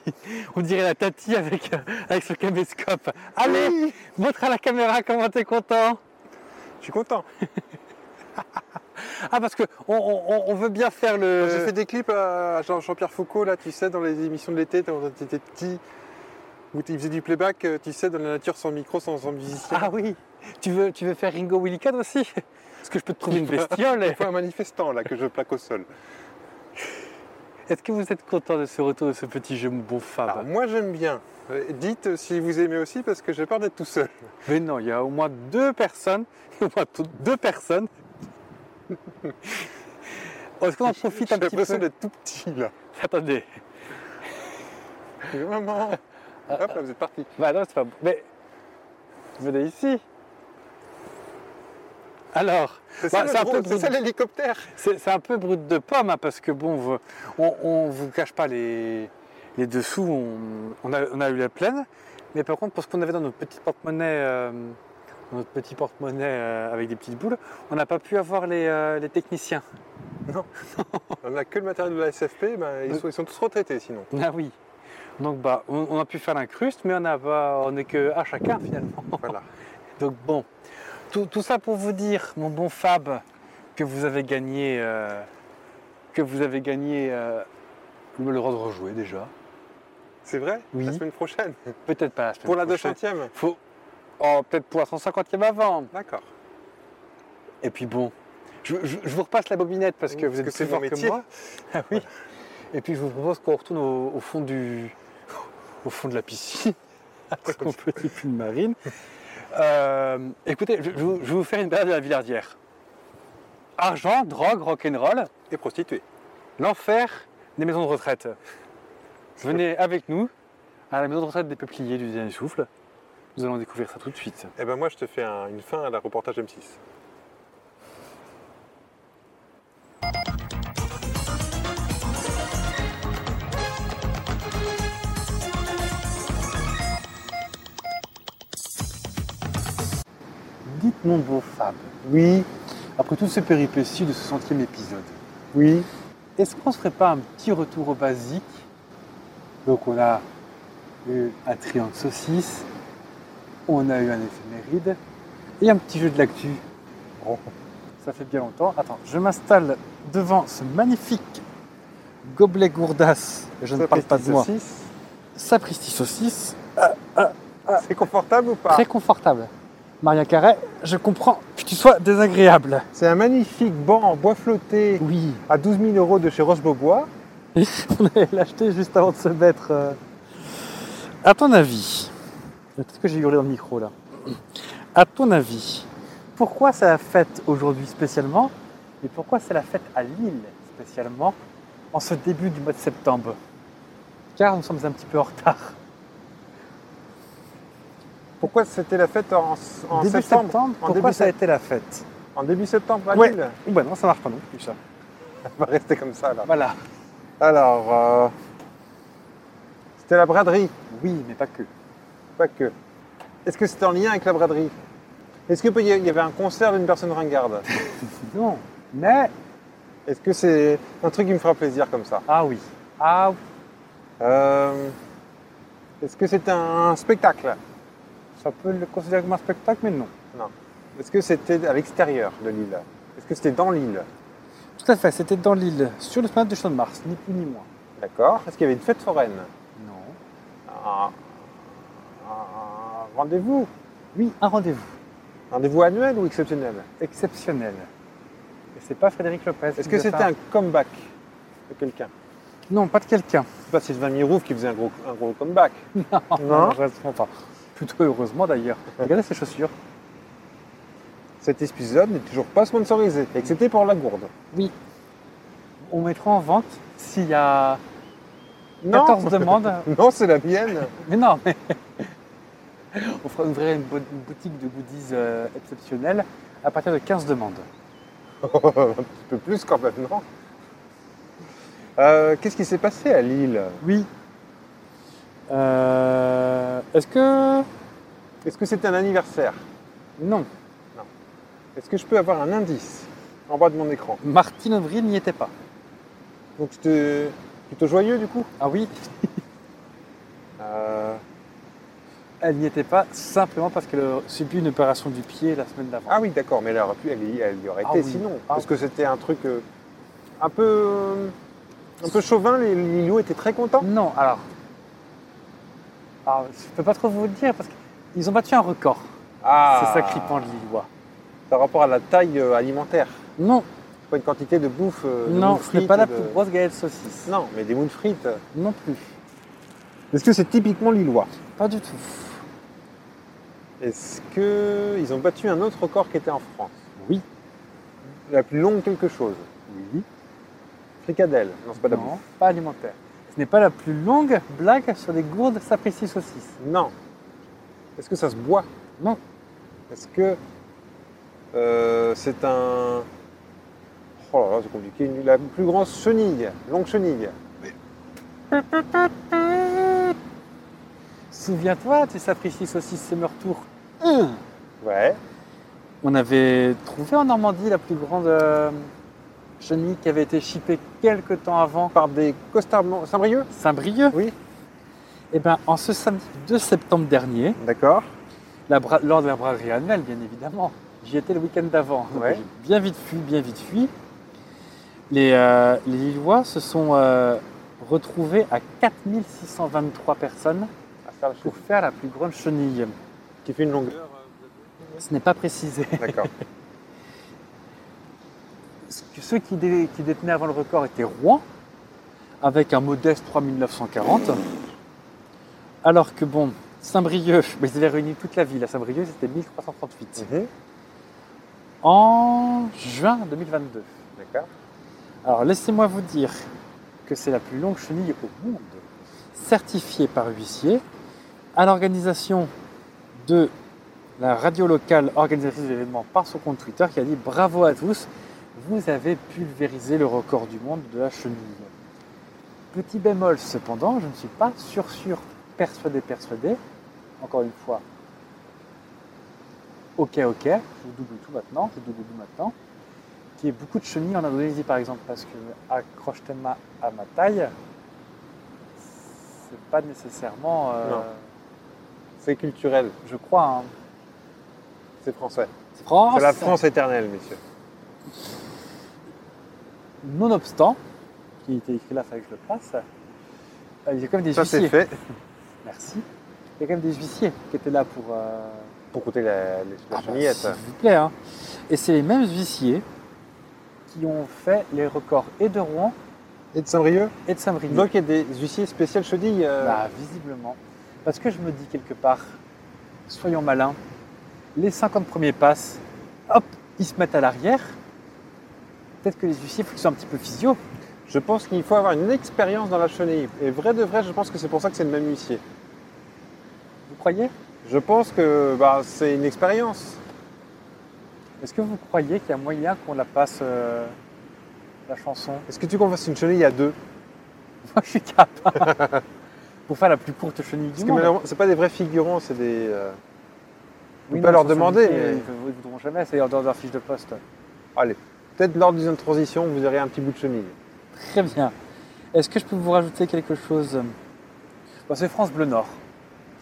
Speaker 6: on dirait la tati avec, avec son caméscope. Allez,
Speaker 5: Oui.
Speaker 6: montre à la caméra comment t'es content.
Speaker 5: Je suis content.
Speaker 6: Ah parce que on, on- on veut bien faire le.
Speaker 5: J'ai fait des clips à Jean- Jean-Pierre Foucault, là, tu sais, dans les émissions de l'été, quand tu étais petit, où il faisait du playback, euh, tu sais, dans la nature sans micro, sans, sans musicien.
Speaker 6: Ah oui, tu veux, tu veux faire Ringo Willican aussi Parce que je peux te trouver une bestiole.
Speaker 5: Il faut un manifestant, là, que je plaque au sol.
Speaker 6: Est-ce que vous êtes content de ce retour de ce petit jeu, mon bon Fab
Speaker 5: Alors, moi, j'aime bien. Euh, Dites si vous aimez aussi, parce que j'ai peur d'être tout seul.
Speaker 6: Mais non, il y a au moins deux personnes, au moins t- deux personnes. Est-ce qu'on en profite
Speaker 5: J'ai
Speaker 6: un petit
Speaker 5: l'impression
Speaker 6: peu
Speaker 5: d'être tout petit, là.
Speaker 6: Attendez,
Speaker 5: Et Maman Hop, là, vous êtes parti.
Speaker 6: bah non, c'est pas bon. Mais venez ici. Alors,
Speaker 5: C'est
Speaker 6: Bah,
Speaker 5: ça, le
Speaker 6: c'est un
Speaker 5: gros-
Speaker 6: peu
Speaker 5: c'est ça, l'hélicoptère
Speaker 6: c'est c'est un peu brut de pomme, hein, parce que bon, vous- on, on vous cache pas les, les dessous, on, on a, on a eu la plaine. Mais par contre, pour ce qu'on avait dans notre petit porte-monnaie, euh, dans notre petit porte-monnaie euh, avec des petites boules, on n'a pas pu avoir les, euh, les techniciens.
Speaker 5: On n'a que le matériel de la SFP, ben, ils, sont, ils sont tous retraités sinon.
Speaker 6: Ah oui. Donc bah, on, on a pu faire l'incruste, mais on n'a pas- on n'est que à chacun finalement.
Speaker 5: Voilà.
Speaker 6: Donc bon, tout, tout ça pour vous dire, mon bon Fab, que vous avez gagné, euh, que vous avez gagné euh, le droit de rejouer déjà.
Speaker 5: C'est vrai
Speaker 6: Oui.
Speaker 5: La semaine prochaine
Speaker 6: Peut-être pas la semaine
Speaker 5: Pour la
Speaker 6: prochaine.
Speaker 5: 200ème
Speaker 6: Faut, oh, peut-être pour la 150e avant.
Speaker 5: D'accord.
Speaker 6: Et puis bon, je, je- je vous repasse la bobinette parce que
Speaker 5: Oui,
Speaker 6: vous êtes
Speaker 5: parce que
Speaker 6: plus
Speaker 5: c'est mon
Speaker 6: fort que
Speaker 5: métier.
Speaker 6: moi. Ah oui. Et puis je vous propose qu'on retourne au, au fond du, au fond de la piscine avec mon petit pull marine. Euh, écoutez, je, je vous- je vais vous faire une balade à la Villardière. Argent, drogue, rock'n'roll,
Speaker 5: Et prostituée.
Speaker 6: l'enfer des maisons de retraite. Venez avec nous à la maison de retraite des peupliers du dernier souffle. Nous allons découvrir ça tout de suite.
Speaker 5: Eh ben moi je te fais un- une fin à la reportage M6.
Speaker 6: Dites mon beau Fab. Oui. Après toutes ces péripéties de ce centième épisode. Oui. Est-ce qu'on se ferait pas un petit retour au basique Donc on a eu un triangle saucisse, on a eu un éphéméride et un petit jeu de l'actu. Bon, ça fait bien longtemps. Attends, je m'installe devant ce magnifique gobelet gourdas. Je ne parle pas de moi. Sapristi saucisse.
Speaker 5: C'est confortable ou pas
Speaker 6: Très Ah, confortable. Maria Carré, je comprends que tu sois désagréable.
Speaker 5: C'est un magnifique banc en bois flotté
Speaker 6: Oui.
Speaker 5: à 12 000 euros de chez Roche-Beaubois.
Speaker 6: On allait l'acheter juste avant de se mettre. euh. À ton avis, peut-être que j'ai hurlé dans le micro là. À ton avis, pourquoi c'est la fête aujourd'hui spécialement et pourquoi c'est la fête à Lille spécialement en ce début du mois de septembre Car nous sommes un petit peu en retard.
Speaker 5: Pourquoi c'était la fête en, en
Speaker 6: début
Speaker 5: septembre, En
Speaker 6: pourquoi
Speaker 5: début
Speaker 6: ça a
Speaker 5: sept-
Speaker 6: été la fête
Speaker 5: En début septembre à
Speaker 6: Ouais.
Speaker 5: Lille
Speaker 6: Ou bah non, ça marche pas non plus ça.
Speaker 5: On va rester comme ça là.
Speaker 6: Voilà.
Speaker 5: Alors, euh, c'était la braderie,
Speaker 6: Oui, mais pas que.
Speaker 5: pas que. Est-ce que c'était en lien avec la braderie Est-ce qu'il y a- il y avait un concert d'une personne ringarde
Speaker 6: Non. Mais
Speaker 5: Est-ce que c'est un truc qui me fera plaisir comme ça
Speaker 6: ah oui. Ah oui.
Speaker 5: Euh, Est-ce que c'était un spectacle
Speaker 6: Ça peut le considérer comme un spectacle, mais non.
Speaker 5: Est-ce que c'était à l'extérieur de l'île Est-ce que c'était dans l'île
Speaker 6: Tout à fait, c'était dans l'île, sur le esplanade du Champ de Mars, ni plus ni moins.
Speaker 5: D'accord. Est-ce qu'il y avait une fête foraine
Speaker 6: Non.
Speaker 5: Un, un rendez-vous
Speaker 6: Oui, un rendez-vous
Speaker 5: Rendez-vous annuel ou exceptionnel
Speaker 6: exceptionnel. Et c'est pas Frédéric Lopez.
Speaker 5: Est-ce
Speaker 6: qui
Speaker 5: que
Speaker 6: nous a
Speaker 5: c'était
Speaker 6: fait
Speaker 5: un comeback de quelqu'un
Speaker 6: Non, pas de quelqu'un.
Speaker 5: C'est pas Sylvain Mirouf qui faisait un gros, un gros comeback. Non.
Speaker 6: Heureusement, enfin, plutôt heureusement d'ailleurs. Regardez ses chaussures.
Speaker 5: Cet épisode n'est toujours pas sponsorisé, excepté pour la gourde.
Speaker 6: On mettra en vente s'il y a
Speaker 5: Non,
Speaker 6: 14 demandes.
Speaker 5: non, c'est la mienne.
Speaker 6: Mais non, mais... On fera ouvrir une, bo- une boutique de goodies euh, exceptionnelle à partir de 15 demandes.
Speaker 5: Un petit peu plus quand même, non Euh, Qu'est-ce qui s'est passé à Lille
Speaker 6: Oui. Euh, Est-ce que...
Speaker 5: Est-ce que c'était un anniversaire
Speaker 6: Non,
Speaker 5: Est-ce que je peux avoir un indice en bas de mon écran
Speaker 6: Martine Aubry n'y était pas.
Speaker 5: Donc c'était plutôt joyeux du coup
Speaker 6: Ah oui,
Speaker 5: Euh,
Speaker 6: elle n'y était pas simplement parce qu'elle a subi une opération du pied la semaine d'avant.
Speaker 5: Ah oui, d'accord, mais elle aurait pu, elle, y- elle y aurait
Speaker 6: Ah
Speaker 5: été
Speaker 6: oui.
Speaker 5: sinon.
Speaker 6: Ah
Speaker 5: parce que c'était un truc euh, un peu. euh, un peu chauvin, les Lillois étaient très contents.
Speaker 6: Non, alors. alors, je peux pas trop vous le dire parce qu'ils ont battu un record.
Speaker 5: Ah.
Speaker 6: C'est ça crippant de Lillois.
Speaker 5: Euh, Par rapport à la taille euh, alimentaire.
Speaker 6: Non,
Speaker 5: C'est Pas une quantité de bouffe. euh, de
Speaker 6: non,
Speaker 5: moules
Speaker 6: ce n'est
Speaker 5: frites
Speaker 6: pas la
Speaker 5: de-
Speaker 6: plus grosse galette saucisse.
Speaker 5: Non, mais des moules frites.
Speaker 6: non plus.
Speaker 5: Est-ce que c'est typiquement lillois
Speaker 6: Pas du tout.
Speaker 5: Est-ce que ils ont battu un autre record qui était en France
Speaker 6: Oui.
Speaker 5: La plus longue quelque chose
Speaker 6: Oui.
Speaker 5: Fricadelle. Non, c'est pas de la bouffe.
Speaker 6: non, pas alimentaire. Ce n'est pas la plus longue blague sur les gourdes sapristi saucisse.
Speaker 5: Non. Est-ce que ça se boit
Speaker 6: Non.
Speaker 5: Est-ce que euh, c'est un. Oh là là, c'est compliqué. Une- La plus grande chenille, longue chenille.
Speaker 6: Souviens-toi du sapristi saucisse Summer Tour 1.
Speaker 5: Ouais.
Speaker 6: Hum. On avait trouvé en Normandie la plus grande euh, chenille qui avait été chippée quelque temps avant
Speaker 5: Par des costards blancs. Saint-Brieuc
Speaker 6: Saint-Brieuc.
Speaker 5: Oui.
Speaker 6: Et bien, en ce samedi 2 septembre dernier,
Speaker 5: D'accord.
Speaker 6: la bra- lors de la braderie annuelle, bien évidemment, j'y étais le week-end d'avant. Donc,
Speaker 5: Ouais.
Speaker 6: j'ai Bien vite fui, bien vite fui. Les, euh, les Lillois se sont euh, retrouvés à 4623 personnes
Speaker 5: À faire la chou-
Speaker 6: pour faire la plus grande chenille.
Speaker 5: Qui fait une longueur.
Speaker 6: Ce n'est pas précisé.
Speaker 5: D'accord.
Speaker 6: Ce que- Ceux qui, dé- qui détenaient avant le record étaient Rouen, avec un modeste 3940. Alors que bon, Saint-Brieuc, mais ils avaient réuni toute la ville à Saint-Brieuc, c'était 1338.
Speaker 5: Mhm.
Speaker 6: En juin 2022.
Speaker 5: D'accord.
Speaker 6: Alors laissez-moi vous dire que c'est la plus longue chenille au monde, certifiée par huissier, à l'organisation de la radio locale organisatrice de l'événement par son compte Twitter qui a dit bravo à tous, vous avez pulvérisé le record du monde de la chenille. Petit bémol cependant, je ne suis pas sûr sûr persuadé persuadé, encore une fois. Ok ok, je vous double tout maintenant, je vous double tout maintenant qu'il y ait beaucoup de chenilles en Indonésie par exemple, parce que accroche ma à ma taille, c'est pas nécessairement. euh,
Speaker 5: Non. C'est culturel,
Speaker 6: Je crois. hein.
Speaker 5: c'est français.
Speaker 6: C'est France.
Speaker 5: C'est la France éternelle, messieurs.
Speaker 6: Nonobstant, qui était écrit là, il fallait que je le place. euh, Il y a quand même des
Speaker 5: Ça
Speaker 6: huissiers.
Speaker 5: c'est fait
Speaker 6: Merci. Il y a quand même des huissiers qui étaient là pour. euh,
Speaker 5: pour coûter la, la- la
Speaker 6: Ah bah,
Speaker 5: chenillette.
Speaker 6: S'il vous plaît. hein. Et c'est les mêmes huissiers qui ont fait les records et de Rouen
Speaker 5: Et de Saint-Brieuc
Speaker 6: et de Saint-Brieuc.
Speaker 5: Donc il y a des huissiers spéciales chenilles. euh,
Speaker 6: Bah, visiblement. Parce que je me dis quelque part, soyons malins, les 50 premiers passent, hop, ils se mettent à l'arrière. Peut-être que les huissiers, faut qu'ils soient un petit peu physio.
Speaker 5: Je pense qu'il faut avoir une expérience dans la chenille. Et vrai de vrai, je pense que c'est pour ça que c'est le même huissier.
Speaker 6: Vous croyez
Speaker 5: Je pense que bah, c'est une expérience.
Speaker 6: Est-ce que vous croyez qu'il y a moyen qu'on la passe, euh, la chanson
Speaker 5: Est-ce que tu qu'on fasse une chenille à deux
Speaker 6: Moi, je suis capable. Pour faire la plus courte chenille
Speaker 5: Parce
Speaker 6: du
Speaker 5: que
Speaker 6: monde.
Speaker 5: malheureusement, c'est pas des vrais figurants, c'est des. euh, on
Speaker 6: Oui, non,
Speaker 5: peut pas leur
Speaker 6: ils sont euh,
Speaker 5: demander,
Speaker 6: sollicités,
Speaker 5: mais-
Speaker 6: Ils ne voudront jamais, c'est en dehors de leur fiche de poste.
Speaker 5: Peut-être lors d'une transition, vous aurez un petit bout de chenille.
Speaker 6: Très bien. Est-ce que je peux vous rajouter quelque chose Bon, C'est France Bleu Nord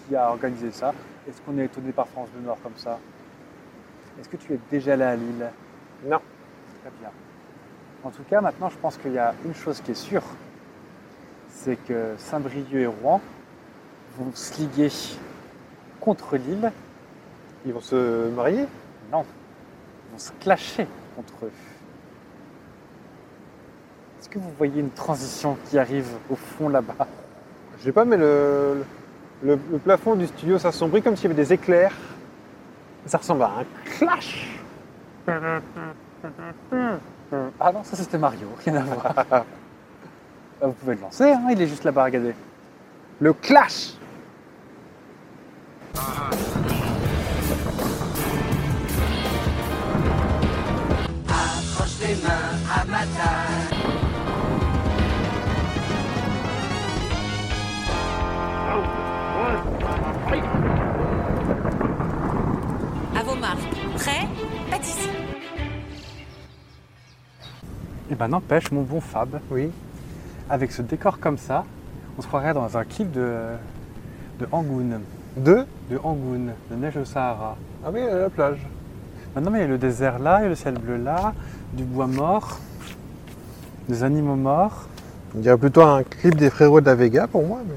Speaker 6: qui a organisé ça. Est-ce qu'on est étonné par France Bleu Nord comme ça Est-ce que tu es déjà allé à Lille
Speaker 5: Non.
Speaker 6: Très bien. En tout cas, maintenant, je pense qu'il y a une chose qui est sûre c'est que Saint-Brieuc et Rouen vont se liguer contre Lille.
Speaker 5: Ils vont se marier
Speaker 6: Non, ils vont se clasher contre eux. Est-ce que vous voyez une transition qui arrive au fond là-bas
Speaker 5: Je sais pas, mais le, le- le plafond du studio s'assombrit comme s'il y avait des éclairs. Ça ressemble à un clash
Speaker 6: Ah non, ça c'était Mario, rien à voir. Bah, Ah, vous pouvez le lancer, hein, il est juste là-bas, regardez. Le clash
Speaker 1: À vos marques. Prêt Pas ici.
Speaker 6: Et ben n'empêche, mon bon Fab, oui, avec ce décor comme ça, on se croirait dans un clip de, de Angoun.
Speaker 5: Deux
Speaker 6: De Angoun, de Neige au Sahara.
Speaker 5: Ah oui, à la plage.
Speaker 6: Maintenant, il y a le désert là, il y a le ciel bleu là, du bois mort, des animaux morts.
Speaker 5: On dirait plutôt un clip des frérots de la Vega pour moi. Mais...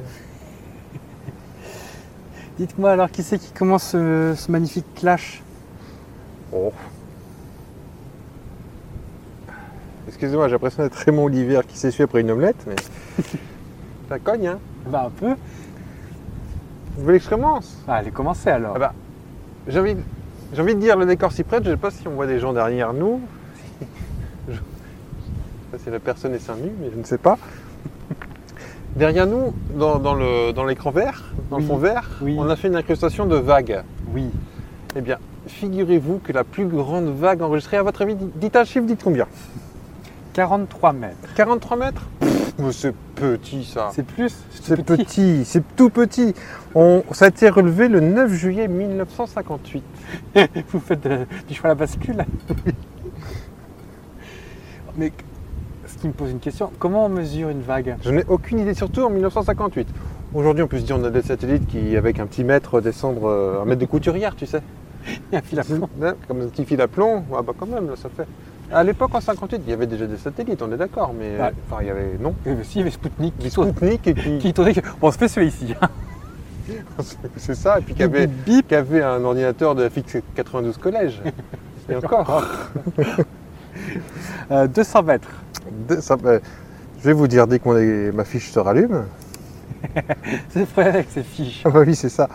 Speaker 6: Dites-moi alors, qui c'est qui commence ce, ce magnifique clash
Speaker 5: Oh. Excusez-moi, j'ai l'impression d'être Raymond Oliver qui s'essuie après une omelette, mais. Ça cogne, hein
Speaker 6: Bah un peu.
Speaker 5: Vous voulez que je commence
Speaker 6: Ah, allez, commencez alors.
Speaker 5: Ah bah, j'ai envie, de- j'ai envie de dire le décor s'y prête. Je sais pas si on voit des gens derrière nous. Je- Ça, c'est la personne est seins nus, mais je ne sais pas. Derrière nous, dans, dans le- dans l'écran vert, dans le
Speaker 6: Oui,
Speaker 5: fond vert,
Speaker 6: oui.
Speaker 5: on a fait une incrustation de vagues.
Speaker 6: Oui.
Speaker 5: Eh bien, figurez-vous que la plus grande vague enregistrée, à votre avis, dites- dites un chiffre, dites combien bah.
Speaker 6: 43 mètres.
Speaker 5: 43 mètres Pff, Mais c'est petit ça.
Speaker 6: Ah. C'est plus
Speaker 5: C'est petit, c'est tout petit. On, ça a été relevé le 9 juillet 1958.
Speaker 6: Vous faites de- du choix à la bascule Mais ce qui me pose une question, comment on mesure une vague
Speaker 5: Je n'ai aucune idée, surtout en 1958. Aujourd'hui, on peut se dire on a des satellites qui, avec un petit mètre, descendre euh, un mètre de couturière, tu sais.
Speaker 6: Il y a un fil à plomb.
Speaker 5: Hein, Comme un petit fil à plomb. Ah bah quand même, là, ça fait. À l'époque, en 58, il y avait déjà des satellites, on est d'accord, mais
Speaker 6: Ouais.
Speaker 5: euh, enfin, il y avait non.
Speaker 6: Eh ben si, il y avait Spoutnik
Speaker 5: Des
Speaker 6: qui tournait.
Speaker 5: Spoutnik et puis
Speaker 6: Qui tournait. Bon, on se fait celui ici. hein.
Speaker 5: c'est ça, et puis qui avait, qui avait un ordinateur de fixe 92 collège. Et encore.
Speaker 6: Euh, 200 mètres.
Speaker 5: De- ça- euh, je vais vous dire dès que mon- ma fiche se rallume.
Speaker 6: C'est vrai avec ces fiches.
Speaker 5: Ah bah oui, c'est ça.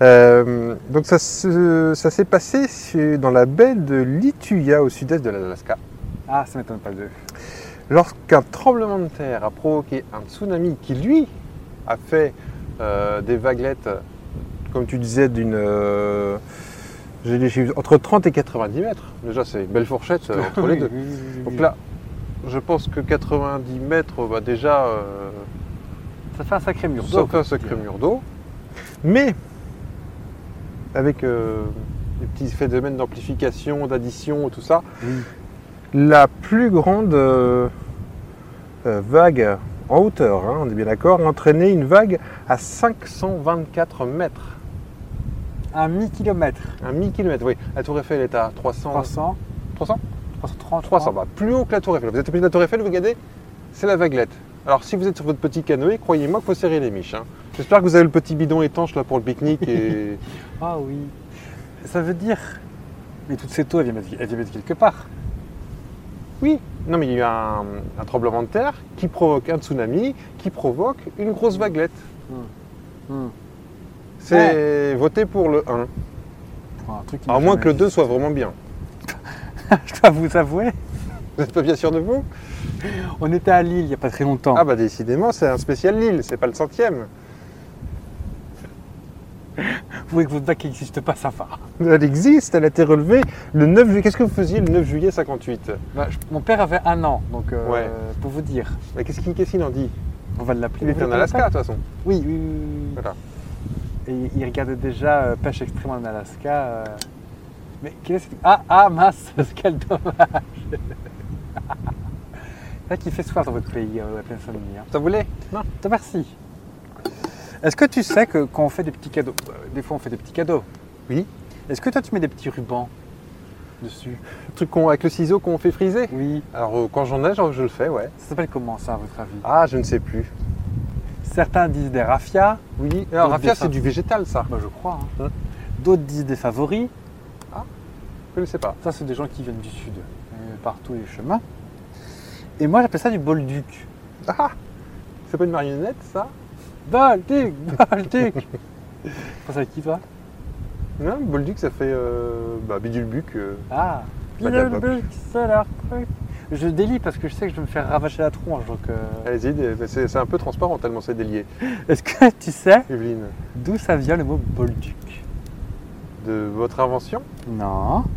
Speaker 5: Euh, donc ça, se- ça s'est passé sur- dans la baie de Lituya au sud-est de l'Alaska.
Speaker 6: Ah, ça m'étonne pas de.
Speaker 5: Lorsqu'un tremblement de terre a provoqué un tsunami qui, lui, a fait euh, des vaguelettes, comme tu disais, d'une... euh, j'ai les chiffres, entre 30 et 90 mètres. Déjà, c'est une belle fourchette euh, entre les deux.
Speaker 6: Oui, oui, oui, oui.
Speaker 5: Donc là, je pense que 90 mètres, bah déjà, euh,
Speaker 6: ça fait un sacré mur.
Speaker 5: ça
Speaker 6: d'eau,
Speaker 5: fait un
Speaker 6: quoi.
Speaker 5: sacré mur d'eau. Mais, avec euh, les petits phénomènes d'amplification, d'addition, tout ça,
Speaker 6: Oui.
Speaker 5: la plus grande euh, euh, vague en hauteur, hein, on est bien d'accord, entraînait une vague à 524 mètres.
Speaker 6: Un mi-kilomètre.
Speaker 5: Un mi-kilomètre, oui. La Tour Eiffel est à 300.
Speaker 6: 300.
Speaker 5: 300
Speaker 6: 330.
Speaker 5: 300, bah, plus haut que la Tour Eiffel. Vous êtes au pied de la Tour Eiffel, vous regardez, c'est la vaguelette. Alors si vous êtes sur votre petit canoë, croyez-moi qu'il faut serrer les miches. hein. J'espère que vous avez le petit bidon étanche là pour le pique-nique et
Speaker 6: Ah oui. Ça veut dire. Mais toute cette eau, elle vient de, elle vient de quelque part.
Speaker 5: Oui, non mais il y a eu un, un tremblement de terre qui provoque un tsunami, qui provoque une grosse vaguelette.
Speaker 6: Hmm.
Speaker 5: C'est voter pour le 1.
Speaker 6: Pour un truc qui
Speaker 5: À
Speaker 6: n'a
Speaker 5: moins
Speaker 6: jamais
Speaker 5: que le
Speaker 6: vu.
Speaker 5: 2 soit vraiment bien.
Speaker 6: Je dois vous avouer,
Speaker 5: Vous n'êtes pas bien sûr de vous
Speaker 6: on était à Lille il n'y a pas très longtemps.
Speaker 5: Ah bah décidément, c'est un spécial Lille, c'est pas le centième.
Speaker 6: Vous voyez que votre bac n'existe pas, ça va.
Speaker 5: Elle existe, elle a été relevée le 9 juillet. Qu'est-ce que vous faisiez le 9 juillet 58
Speaker 6: Bah, je- Mon père avait un an, donc euh,
Speaker 5: Ouais.
Speaker 6: pour vous dire,
Speaker 5: Mais Bah, qu'est-ce qu'il qu'est-ce qu'il en dit
Speaker 6: on va l'appeler.
Speaker 5: Il
Speaker 6: Vous
Speaker 5: était en
Speaker 6: voulez qu'on
Speaker 5: Alaska de toute façon.
Speaker 6: l'appelle Oui, oui, oui, oui.
Speaker 5: Voilà.
Speaker 6: Et il regardait déjà euh, Pêche extrême en Alaska. euh, Mais qu'est-ce que. Ah, ah, mince, quel dommage C'est vrai qu'il fait soir dans votre pays, euh, la pleine famille. hein.
Speaker 5: Ça voulait
Speaker 6: Te merci. Est-ce que tu sais que quand on fait des petits cadeaux, euh, des fois on fait des petits cadeaux
Speaker 5: Oui.
Speaker 6: Est-ce que toi tu mets des petits rubans dessus
Speaker 5: Le truc qu'on- avec le ciseau qu'on fait friser
Speaker 6: Oui.
Speaker 5: Alors euh, quand j'en ai, genre, je le fais, ouais.
Speaker 6: Ça s'appelle comment ça à votre avis
Speaker 5: Ah, je ne sais plus.
Speaker 6: Certains disent des raffias,
Speaker 5: Oui, alors
Speaker 6: D'autres
Speaker 5: raffia
Speaker 6: dessins.
Speaker 5: c'est du végétal ça.
Speaker 6: moi je crois. hein. Ah,
Speaker 5: Hein
Speaker 6: D'autres disent des favoris.
Speaker 5: Je ne sais pas.
Speaker 6: Ça c'est des gens qui viennent du sud, euh, par tous les chemins. Et moi j'appelle ça du bolduc.
Speaker 5: Ah C'est pas une marionnette ça
Speaker 6: Bolduc, bolduc. Pense à qui toi
Speaker 5: Non, Bolduc ça fait euh, bah, Bidulbuc. euh.
Speaker 6: Ah,
Speaker 5: Madame
Speaker 6: bolduc, c'est leur truc. Je délie parce que je sais que je vais me faire ravager la tronche. Donc, euh,
Speaker 5: Allez-y, des- mais c'est c'est un peu transparent tellement c'est délié.
Speaker 6: Est-ce que tu sais
Speaker 5: Evelyne,
Speaker 6: d'où ça vient le mot bolduc
Speaker 5: de votre invention,
Speaker 6: Non.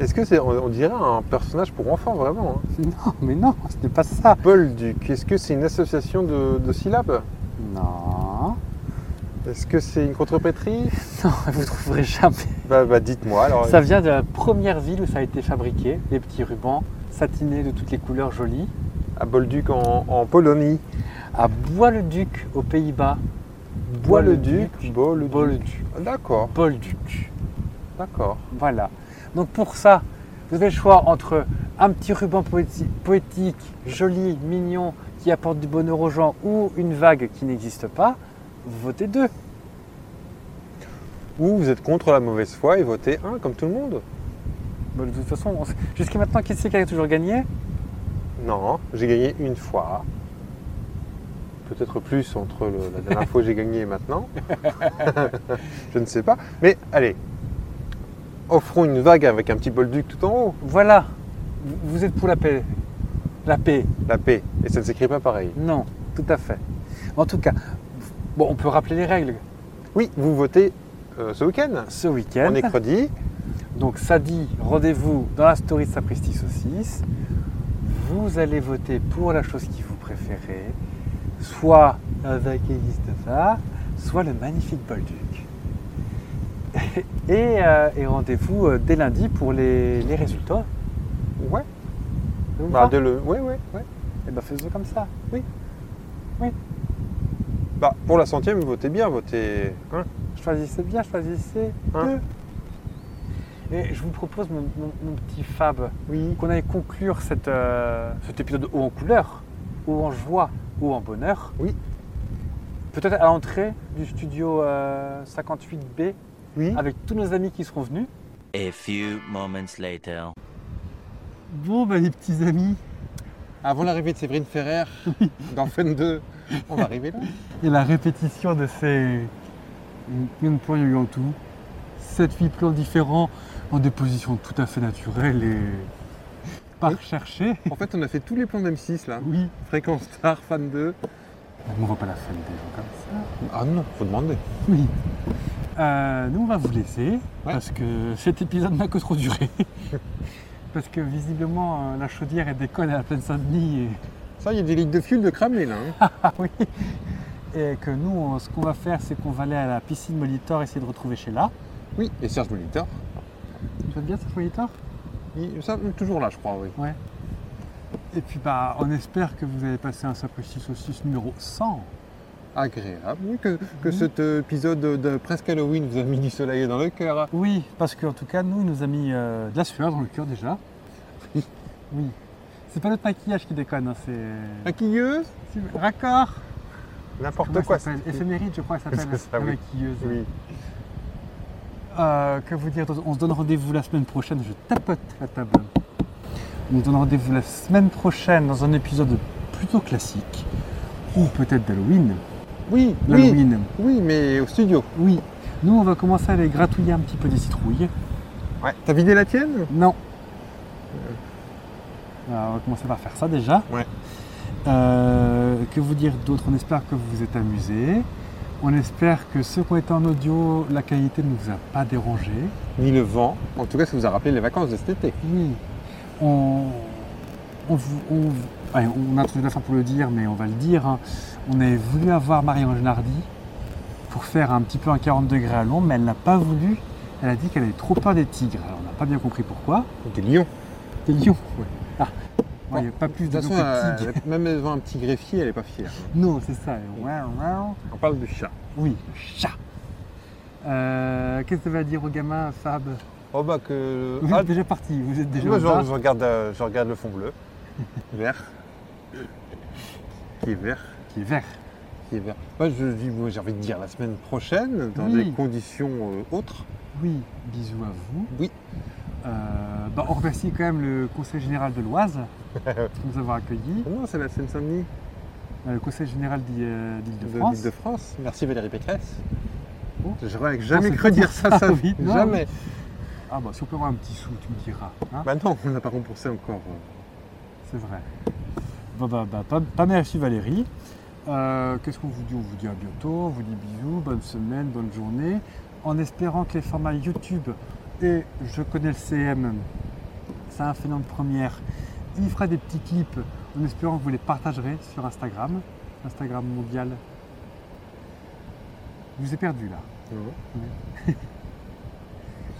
Speaker 5: est-ce que c'est, on, on dirait un personnage pour enfants vraiment hein
Speaker 6: Non, mais non, ce n'est pas ça.
Speaker 5: Paul Duc, est-ce que c'est une association de, de syllabes
Speaker 6: Non.
Speaker 5: Est-ce que c'est une contrepétrie
Speaker 6: Non, vous trouverez jamais.
Speaker 5: bah, bah, dites-moi alors.
Speaker 6: Ça vient de la première ville où ça a été fabriqué, les petits rubans satinés de toutes les couleurs jolies,
Speaker 5: À Bolduc en, en Polonie.
Speaker 6: à Bois-le-Duc aux Pays-Bas.
Speaker 5: Bois-le-Duc, Bois-le-Duc. Ah,
Speaker 6: Bolduc.
Speaker 5: D'accord,
Speaker 6: Bolduc.
Speaker 5: d'accord.
Speaker 6: Voilà. Donc pour ça, vous avez le choix entre un petit ruban poéti- poétique, joli, mignon, qui apporte du bonheur aux gens, ou une vague qui n'existe pas. Votez deux.
Speaker 5: Ou vous êtes contre la mauvaise foi et votez un comme tout le monde
Speaker 6: Bon, de toute façon, on s- jusqu'à maintenant, qui c'est qui a toujours gagné
Speaker 5: Non, j'ai gagné une fois. Peut-être plus entre le- la dernière fois que j'ai gagné et maintenant. Je ne sais pas. Mais allez, offrons une vague avec un petit bolduc tout en haut.
Speaker 6: Voilà. Vous- Vous êtes pour la paix. La paix.
Speaker 5: La paix. Et ça ne s'écrit pas pareil.
Speaker 6: Non, tout à fait. En tout cas, bon, on peut rappeler les règles.
Speaker 5: Oui, vous votez euh, ce week-end.
Speaker 6: Ce week-end,
Speaker 5: On est mercredi.
Speaker 6: donc ça dit rendez-vous dans la story de Sapristi Saucisse. Vous allez voter pour la chose qui vous préférez, soit la vague qui n'existe pas, soit le magnifique Bolduc. Et, euh, et rendez-vous euh, dès lundi pour les, les résultats.
Speaker 5: Ouais.
Speaker 6: Ça vous
Speaker 5: Bah,
Speaker 6: va
Speaker 5: de le... ouais, ouais, ouais.
Speaker 6: Eh ben faisons comme ça.
Speaker 5: Bah, pour la centième, votez bien, votez. Hein
Speaker 6: Choisissez bien, choisissez
Speaker 5: Hein
Speaker 6: deux. Et je vous propose mon, mon- mon petit fab.
Speaker 5: Oui.
Speaker 6: Qu'on aille conclure cette, euh, cet épisode haut en couleur, haut en joie, haut en bonheur.
Speaker 5: Oui.
Speaker 6: Peut-être à l'entrée du studio euh, 58B
Speaker 5: Oui.
Speaker 6: avec tous nos amis qui seront venus.
Speaker 11: A few moments later.
Speaker 6: Bon, ben les petits amis,
Speaker 5: Avant l'arrivée de Séverine Ferrer, dans Fun 2, on va arriver là.
Speaker 6: et la répétition de ces. Une point en tout. 7-8 plans différents en des positions tout à fait naturelles et pas recherchées.
Speaker 5: En fait, on a fait tous les plans d'M6 là.
Speaker 6: Oui.
Speaker 5: Fréquence Star, Fan 2.
Speaker 6: On voit pas la fin des gens comme ça.
Speaker 5: Ah non, faut demander.
Speaker 6: Oui. Euh, nous, on va vous laisser
Speaker 5: Ouais.
Speaker 6: parce que cet épisode n'a que trop duré. parce que visiblement, euh, la chaudière est déconne à la plaine Saint-Denis et,
Speaker 5: Ça, il y a des ligues de fuel de cramé là. hein.
Speaker 6: Ah oui. et que nous, on- ce qu'on va faire, c'est qu'on va aller à la piscine Molitor essayer de retrouver Sheila.
Speaker 5: oui, et Serge Molitor.
Speaker 6: Tu vas bien, cette Molitor
Speaker 5: Il- Ça, euh, toujours là, je crois, oui.
Speaker 6: Et puis, bah, on espère que vous avez passé un sapristi saucisse numéro 100.
Speaker 5: Agréable. Oui, que, que cet épisode de, de presque Halloween vous a mis du soleil dans le cœur.
Speaker 6: Oui, parce qu'en tout cas, nous, il nous a mis euh, de la sueur dans le cœur déjà. Oui. C'est pas notre maquillage qui déconne, hein, c'est.
Speaker 5: Maquilleuse
Speaker 6: c'est- Raccord
Speaker 5: N'importe
Speaker 6: Comment
Speaker 5: quoi.
Speaker 6: elle s'appelle
Speaker 5: c'est-
Speaker 6: Éphéméride, je crois, elle s'appelle.
Speaker 5: C'est ça,
Speaker 6: la
Speaker 5: oui.
Speaker 6: maquilleuse.
Speaker 5: Oui.
Speaker 6: Euh, que vous dire d'autre On se donne rendez-vous la semaine prochaine. Je tapote la table. On se donne rendez-vous la semaine prochaine dans un épisode plutôt classique. Ou peut-être d'Halloween.
Speaker 5: Oui, oui,
Speaker 6: L'Halloween.
Speaker 5: oui, mais au studio.
Speaker 6: Oui. Nous, on va commencer à aller gratouiller un petit peu des citrouilles.
Speaker 5: Ouais. T'as vidé la tienne
Speaker 6: Non. Alors, Euh, on va commencer par faire ça déjà.
Speaker 5: Ouais.
Speaker 6: Euh, que vous dire d'autre On espère que vous vous êtes amusés. On espère que ceux qui ont été en audio, la qualité ne vous a pas dérangé.
Speaker 5: Ni le vent. En tout cas, ça vous a rappelé les vacances de cet été.
Speaker 6: Oui. On, on, vou- on, vou- allez, on a trouvé la fin pour le dire, mais on va le dire. hein. On avait voulu avoir Marie-Ange Nardi pour faire un petit peu un 40 degrés à Londres, mais elle n'a pas voulu. Elle a dit qu'elle avait trop peur des tigres. Alors, on n'a pas bien compris pourquoi.
Speaker 5: Des lions.
Speaker 6: Des lions.
Speaker 5: Ouais.
Speaker 6: Ah, ouais, y a pas plus
Speaker 5: De
Speaker 6: de
Speaker 5: toute
Speaker 6: lions
Speaker 5: façon,
Speaker 6: que de
Speaker 5: euh,
Speaker 6: tigres.
Speaker 5: même devant un petit greffier, elle est pas fière.
Speaker 6: Non, c'est ça. Wow, wow.
Speaker 5: On parle du chat.
Speaker 6: Oui, chat. Euh, Qu'est-ce que ça va dire aux gamins, Fab
Speaker 5: Oh bah que...
Speaker 6: Vous
Speaker 5: Ah,
Speaker 6: êtes déjà parti, vous êtes déjà
Speaker 5: Moi,
Speaker 6: au
Speaker 5: je,
Speaker 6: bar.
Speaker 5: je regarde, euh, je regarde le fond bleu. vert. Qui est vert.
Speaker 6: qui est vert.
Speaker 5: Qui est vert. Moi, je dis, moi, j'ai envie de dire la semaine prochaine, dans
Speaker 6: Oui.
Speaker 5: des conditions euh, autres.
Speaker 6: Oui, bisous à vous.
Speaker 5: Oui.
Speaker 6: Euh, bah, on remercie quand même le Conseil général de l'Oise de nous avoir accueillis,
Speaker 5: Ah Non, c'est la Seine-Saint-Denis
Speaker 6: euh, le Conseil général d'I- euh,
Speaker 5: de
Speaker 6: d'Île-de-France.
Speaker 5: l'île de France. Merci Valérie Pécresse.
Speaker 6: Oh.
Speaker 5: J'aurais jamais
Speaker 6: c'est
Speaker 5: cru
Speaker 6: pour
Speaker 5: dire ça, ça.
Speaker 6: Ah oui, non,
Speaker 5: jamais.
Speaker 6: Ah bah si on peut avoir un petit sou, tu me diras. hein
Speaker 5: Bah non, on n'a pas remboursé encore. euh,
Speaker 6: C'est vrai. Bah, bah, bah, pas, pas merci Valérie. Euh, Qu'est-ce qu'on vous dit On vous dit à bientôt, on vous dit bisous, bonne semaine, bonne journée. En espérant que les formats YouTube et je connais le CM, c'est un phénomène première, il fera des petits clips en espérant que vous les partagerez sur Instagram, Instagram mondial. Je vous ai perdu là.
Speaker 5: Non.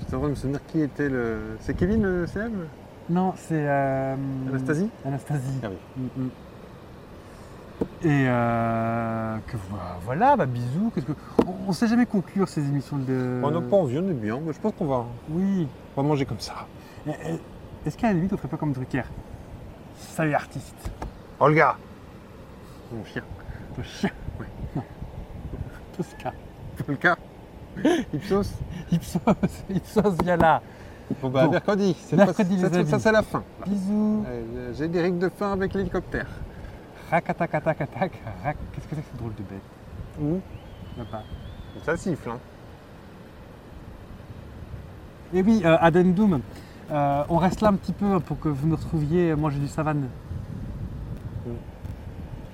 Speaker 5: J'étais en train de me souvenir qui était le. C'est Kevin le CM
Speaker 6: Non, c'est. euh,
Speaker 5: Anastasie
Speaker 6: Anastasie.
Speaker 5: Ah oui.
Speaker 6: Mm, mm. Et euh, que vo- voilà, bah bisous. Qu'est-ce que on, on sait jamais conclure ces émissions de.
Speaker 5: On n'a pas envie, on est bien. mais Je pense qu'on va,
Speaker 6: Oui.
Speaker 5: on va manger comme ça.
Speaker 6: Et- et- euh, Est-ce qu'à la limite on ferait pas comme Drucker Salut artiste.
Speaker 5: Olga Mon chien.
Speaker 6: Ton chien.
Speaker 5: Ouais.
Speaker 6: Non. Tosca.
Speaker 5: Olga Ipsos
Speaker 6: Ipsos. Ipsos Yala.
Speaker 5: Bon bah
Speaker 6: Bon.
Speaker 5: mercredi, c'est
Speaker 6: Mercredi, les
Speaker 5: pas- ça,
Speaker 6: amis.
Speaker 5: ça, c'est la fin.
Speaker 6: Bisous.
Speaker 5: Euh, Générique de fin avec l'hélicoptère.
Speaker 6: Racatacatacatac. Rac... Qu'est-ce que c'est que ce drôle de bête
Speaker 5: Où
Speaker 6: Là-bas.
Speaker 5: Ça siffle. Hein.
Speaker 6: Et oui, euh, addendum. Euh, on reste là un petit peu pour que vous nous retrouviez euh, manger du savane.
Speaker 5: Euh,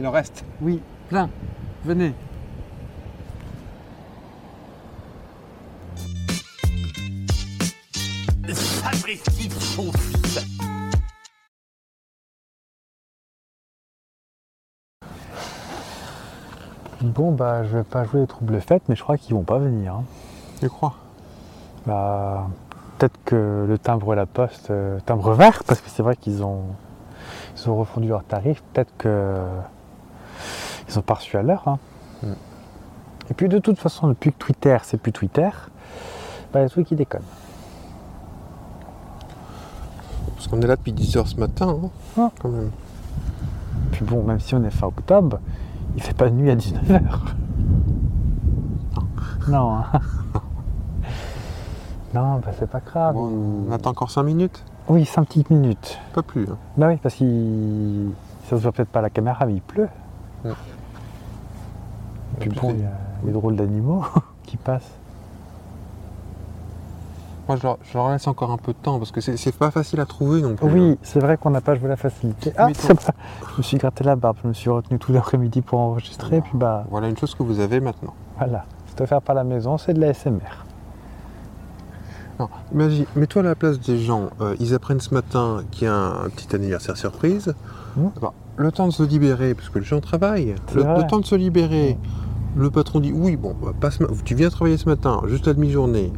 Speaker 5: Il en reste.
Speaker 6: Oui, plein. Venez.
Speaker 8: Sapristi de son fils.
Speaker 6: Bon bah je vais pas jouer les troubles fêtes mais je crois qu'ils vont pas venir. hein.
Speaker 5: Je crois.
Speaker 6: Bah peut-être que le timbre la poste, euh, timbre vert, parce que c'est vrai qu'ils ont ils ont refondu leurs tarifs, peut-être que ils ont pas reçu à l'heure. hein. Et puis de toute façon, depuis que Twitter c'est plus Twitter, bah il y a tout qui déconne.
Speaker 2: Parce qu'on est là depuis 10h ce matin, hein,
Speaker 6: Ah.
Speaker 2: quand même.
Speaker 6: Puis bon, même si on est fin octobre, il fait pas nuit à 19h. Non. hein. Non, bah c'est pas grave.
Speaker 2: Bon, on attend encore 5 minutes
Speaker 6: Oui, 5 petites minutes.
Speaker 2: Pas plus. hein.
Speaker 6: Bah oui, parce qu'il. Ça se voit peut-être pas à la caméra, mais il pleut.
Speaker 2: Ouais. Bah,
Speaker 6: Puis bon, il y a des drôles d'animaux qui passent.
Speaker 2: Moi, je leur, je leur laisse encore un peu de temps parce que c'est- c'est pas facile à trouver non plus. hein.
Speaker 6: Oui, c'est vrai qu'on n'a pas joué la facilité. Ah,
Speaker 2: Mais ton-
Speaker 6: c'est pas- Je me suis gratté la barbe, je me suis retenu tout l'après-midi pour enregistrer, puis bah
Speaker 2: Voilà une chose que vous avez maintenant.
Speaker 6: voilà. C'est offert par la maison, c'est de la SMR.
Speaker 2: Non, imagine, mets-toi à la place des gens. euh, ils apprennent ce matin qu'il y a un petit anniversaire surprise.
Speaker 6: Mm.
Speaker 2: Alors, le temps de se libérer, parce que les gens travaillent.
Speaker 6: C'est
Speaker 2: Le,
Speaker 6: vrai. Mmh.
Speaker 2: le temps de se libérer. Le patron dit oui, bon, bah, pas ce ma- tu viens travailler ce matin, juste la demi-journée.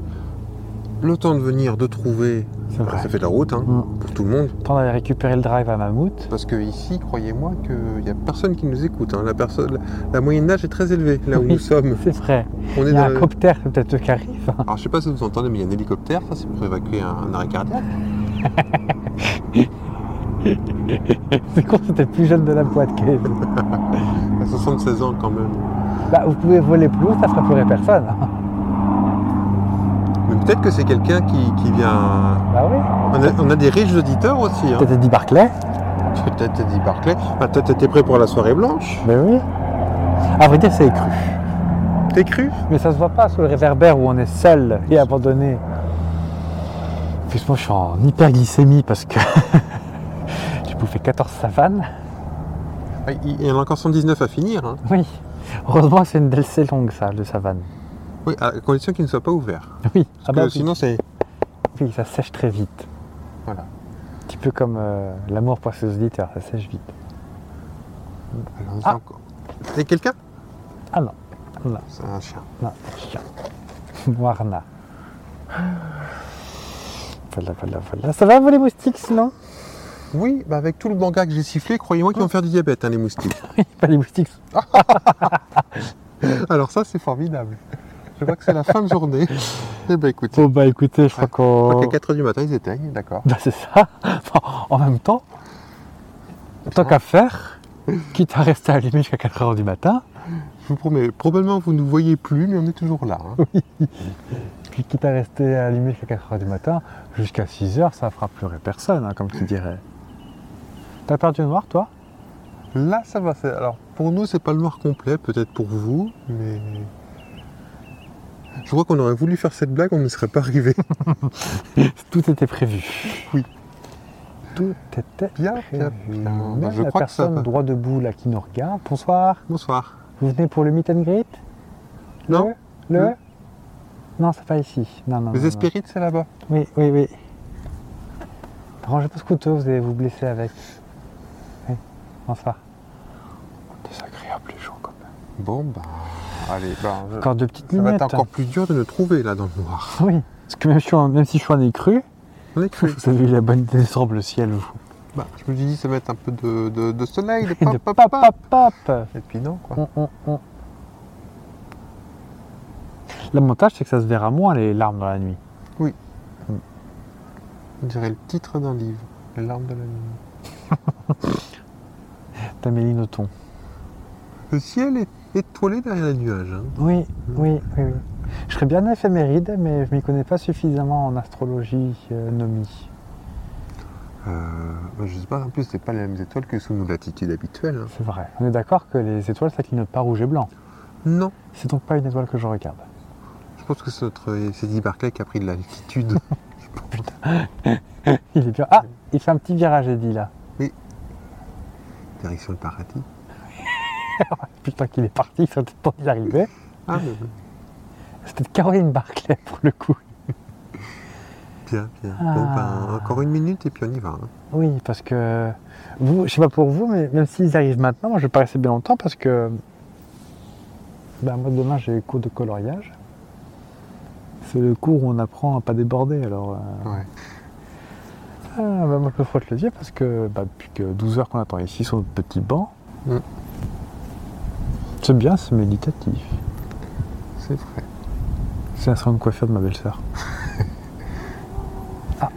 Speaker 2: Le temps de venir, de trouver,
Speaker 6: C'est vrai.
Speaker 2: ça fait de la route hein,
Speaker 6: Mm.
Speaker 2: pour tout le monde.
Speaker 6: Temps d'aller récupérer le drive à Mammouth.
Speaker 2: Parce que ici, croyez-moi qu'il n'y a personne qui nous écoute. hein. La, personne, la moyenne d'âge est très élevée là où
Speaker 6: Oui.
Speaker 2: nous sommes.
Speaker 6: C'est vrai.
Speaker 2: On est
Speaker 6: Il y a
Speaker 2: dans
Speaker 6: un
Speaker 2: la-
Speaker 6: copter peut-être qui arrive. hein.
Speaker 2: Alors je sais pas si vous entendez, mais il y a un hélicoptère, ça c'est pour évacuer un, un arrêt cardiaque.
Speaker 6: C'est con, c'était plus jeune de la boîte. que-
Speaker 2: À 76 ans quand même.
Speaker 6: Bah, vous pouvez voler plus haut, ça fera pleurer personne. hein.
Speaker 2: Mais peut-être que c'est quelqu'un qui, qui vient.
Speaker 6: Bah oui.
Speaker 2: On a, on a des riches auditeurs aussi. Hein.
Speaker 6: Peut-être Eddie Barclay.
Speaker 2: Peut-être t'as dit Barclay. Bah, peut-être t'étais prêt pour la soirée blanche.
Speaker 6: Ben oui. À vrai dire, c'est écru.
Speaker 2: T'es cru
Speaker 6: Mais ça se voit pas sous le réverbère où on est seul et abandonné. En Plus moi, je suis en hyperglycémie parce que j'ai bouffé 14 savanes.
Speaker 2: Ah, Il il y en a encore 119 à finir. hein.
Speaker 6: Oui. Heureusement, que c'est une DLC longue, ça, le savane.
Speaker 2: Oui, à condition qu'il ne soit pas ouvert.
Speaker 6: Oui.
Speaker 2: Parce
Speaker 6: Ah bah
Speaker 2: que
Speaker 6: oui.
Speaker 2: sinon c'est.
Speaker 6: Oui, ça sèche très vite.
Speaker 2: Voilà.
Speaker 6: Un petit peu comme euh, l'amour pour ses auditeurs, ça sèche vite.
Speaker 2: Alors, c'est
Speaker 6: Ah.
Speaker 2: encore- T'es quelqu'un
Speaker 6: Ah non.
Speaker 2: C'est un chien.
Speaker 6: Non, chien. Moirna. Voilà, voilà, voilà. Ça va, vous les moustiques, sinon
Speaker 2: Oui, bah avec tout le manga que j'ai sifflé, croyez-moi qu'ils vont faire du diabète, hein, les moustiques.
Speaker 6: Pas les moustiques.
Speaker 2: Alors ça, c'est formidable. Je crois que c'est la fin de journée. Eh ben écoutez,
Speaker 6: Bon, bah écoutez, je crois
Speaker 2: je
Speaker 6: qu'on.
Speaker 2: crois qu'à 4h du matin, ils éteignent, d'accord.
Speaker 6: Bah c'est ça. Enfin, en même temps, tant qu'à faire, quitte à rester allumé jusqu'à 4h du matin,
Speaker 2: Je vous promets, probablement vous ne nous voyez plus, mais on est toujours là. hein.
Speaker 6: puis quitte à rester allumé jusqu'à 4h du matin, jusqu'à 6h, ça fera pleurer personne, hein, comme tu dirais. T'as perdu le noir, toi
Speaker 2: Là, ça va. c'est- Alors, pour nous, c'est pas le noir complet, peut-être pour vous, mais. Je crois qu'on aurait voulu faire cette blague, on ne serait pas arrivé.
Speaker 6: Tout était prévu.
Speaker 2: Oui.
Speaker 6: Tout était
Speaker 2: Bien, bien,
Speaker 6: prévu.
Speaker 2: bien. Ben,
Speaker 6: Même
Speaker 2: Je
Speaker 6: la
Speaker 2: crois que ça
Speaker 6: personne
Speaker 2: peut-
Speaker 6: droit debout là qui nous regarde. Bonsoir.
Speaker 2: Bonsoir.
Speaker 6: Vous venez pour le meet and greet
Speaker 2: Non
Speaker 6: Le
Speaker 2: Non.
Speaker 6: Non, c'est pas ici. Non, non. non,
Speaker 2: Les
Speaker 6: non.
Speaker 2: Espérites, c'est là-bas.
Speaker 6: Oui, oui, oui. Rangez pas ce couteau, vous allez vous blesser avec. Oui. Bonsoir.
Speaker 2: Désagréable les gens quand même. Bon bah allez, bah, je-
Speaker 6: Encore deux petites
Speaker 2: ça va
Speaker 6: minutes.
Speaker 2: être encore plus dur de nous trouver là dans le noir.
Speaker 6: Oui. Parce que même, si on- même si je suis en écru,
Speaker 2: On est cru.
Speaker 6: vous avez eu la bonne idée de sortir le ciel, vous.
Speaker 2: Bah, je me suis dit ça va être un peu de, de- de soleil, de
Speaker 6: Et
Speaker 2: pop,
Speaker 6: de
Speaker 2: pop,
Speaker 6: pop,
Speaker 2: pop.
Speaker 6: pop, pop.
Speaker 2: Et puis non quoi.
Speaker 6: On, on, on. L'avantage, c'est que ça se verra moins les larmes dans la nuit.
Speaker 2: On dirait le titre d'un livre. Les larmes de la nuit.
Speaker 6: Tamélie Nothomb.
Speaker 2: Le ciel est étoilé derrière les nuages. hein.
Speaker 6: Oui, oui, oui, oui. Je serais bien éphéméride, mais je m'y connais pas suffisamment en astrologie euh, nomie.
Speaker 2: Euh, bah, je sais pas, en plus c'est pas les mêmes étoiles que sous nos latitudes habituelles. hein.
Speaker 6: C'est vrai. On est d'accord que les étoiles, ça clignote pas rouge et blanc.
Speaker 2: Non.
Speaker 6: C'est donc pas une étoile que je regarde.
Speaker 2: Je pense que c'est notre c'est Eddie Barclay qui a pris de la latitude.
Speaker 6: Il est bien. Ah, il fait un petit virage, Eddie, là.
Speaker 2: Direction le paradis.
Speaker 6: Putain qu'il est parti, il serait peut-être temps d'y arriver.
Speaker 2: Ah mais
Speaker 6: C'était Caroline Barclay pour le coup.
Speaker 2: bien, bien.
Speaker 6: Ah.
Speaker 2: Bon ben encore une minute et puis on y va. hein.
Speaker 6: Oui, parce que vous, je sais pas pour vous, mais même s'ils arrivent maintenant, moi je vais pas rester bien longtemps parce que ben, moi demain j'ai cours de coloriage. C'est le cours où on apprend à pas déborder alors. euh,
Speaker 2: Ouais.
Speaker 6: ah, ben, moi je me frotte les yeux parce que bah, depuis que 12 heures qu'on attend ici sur notre petit banc,
Speaker 2: Mm.
Speaker 6: c'est bien, c'est méditatif.
Speaker 2: C'est vrai.
Speaker 6: C'est un salon de coiffure de ma belle-sœur. ah.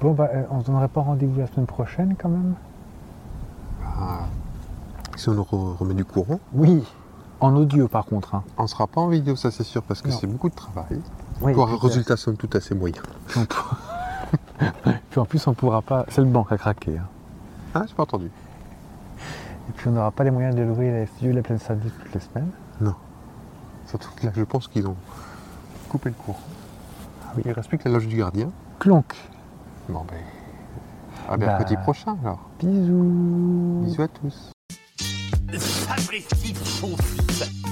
Speaker 6: Bon, bah, euh, on se donnerait pas rendez-vous la semaine prochaine quand même
Speaker 2: Ah. Si on nous re- remet du courant,
Speaker 6: Oui. En audio par contre. hein.
Speaker 2: on sera pas en vidéo, ça c'est sûr, parce que
Speaker 6: Non.
Speaker 2: c'est beaucoup de travail.
Speaker 6: Oui,
Speaker 2: Pour un
Speaker 6: puis,
Speaker 2: résultat somme toute assez moyen.
Speaker 6: euh, on pour- puis en plus, on pourra pas. C'est le banque à craquer. hein.
Speaker 2: Ah, j'ai pas entendu.
Speaker 6: Et puis on n'aura pas les moyens de louer les studios de la pleine service toutes les semaines.
Speaker 2: Surtout que là, je pense qu'ils ont coupé le cours.
Speaker 6: Ah oui.
Speaker 2: Il reste plus que la loge du gardien.
Speaker 6: Clonk.
Speaker 2: Bon ben. À mercredi
Speaker 6: Bah.
Speaker 2: prochain alors.
Speaker 6: Bisous.
Speaker 2: Bisous à tous.
Speaker 12: Sapristi, faux fils.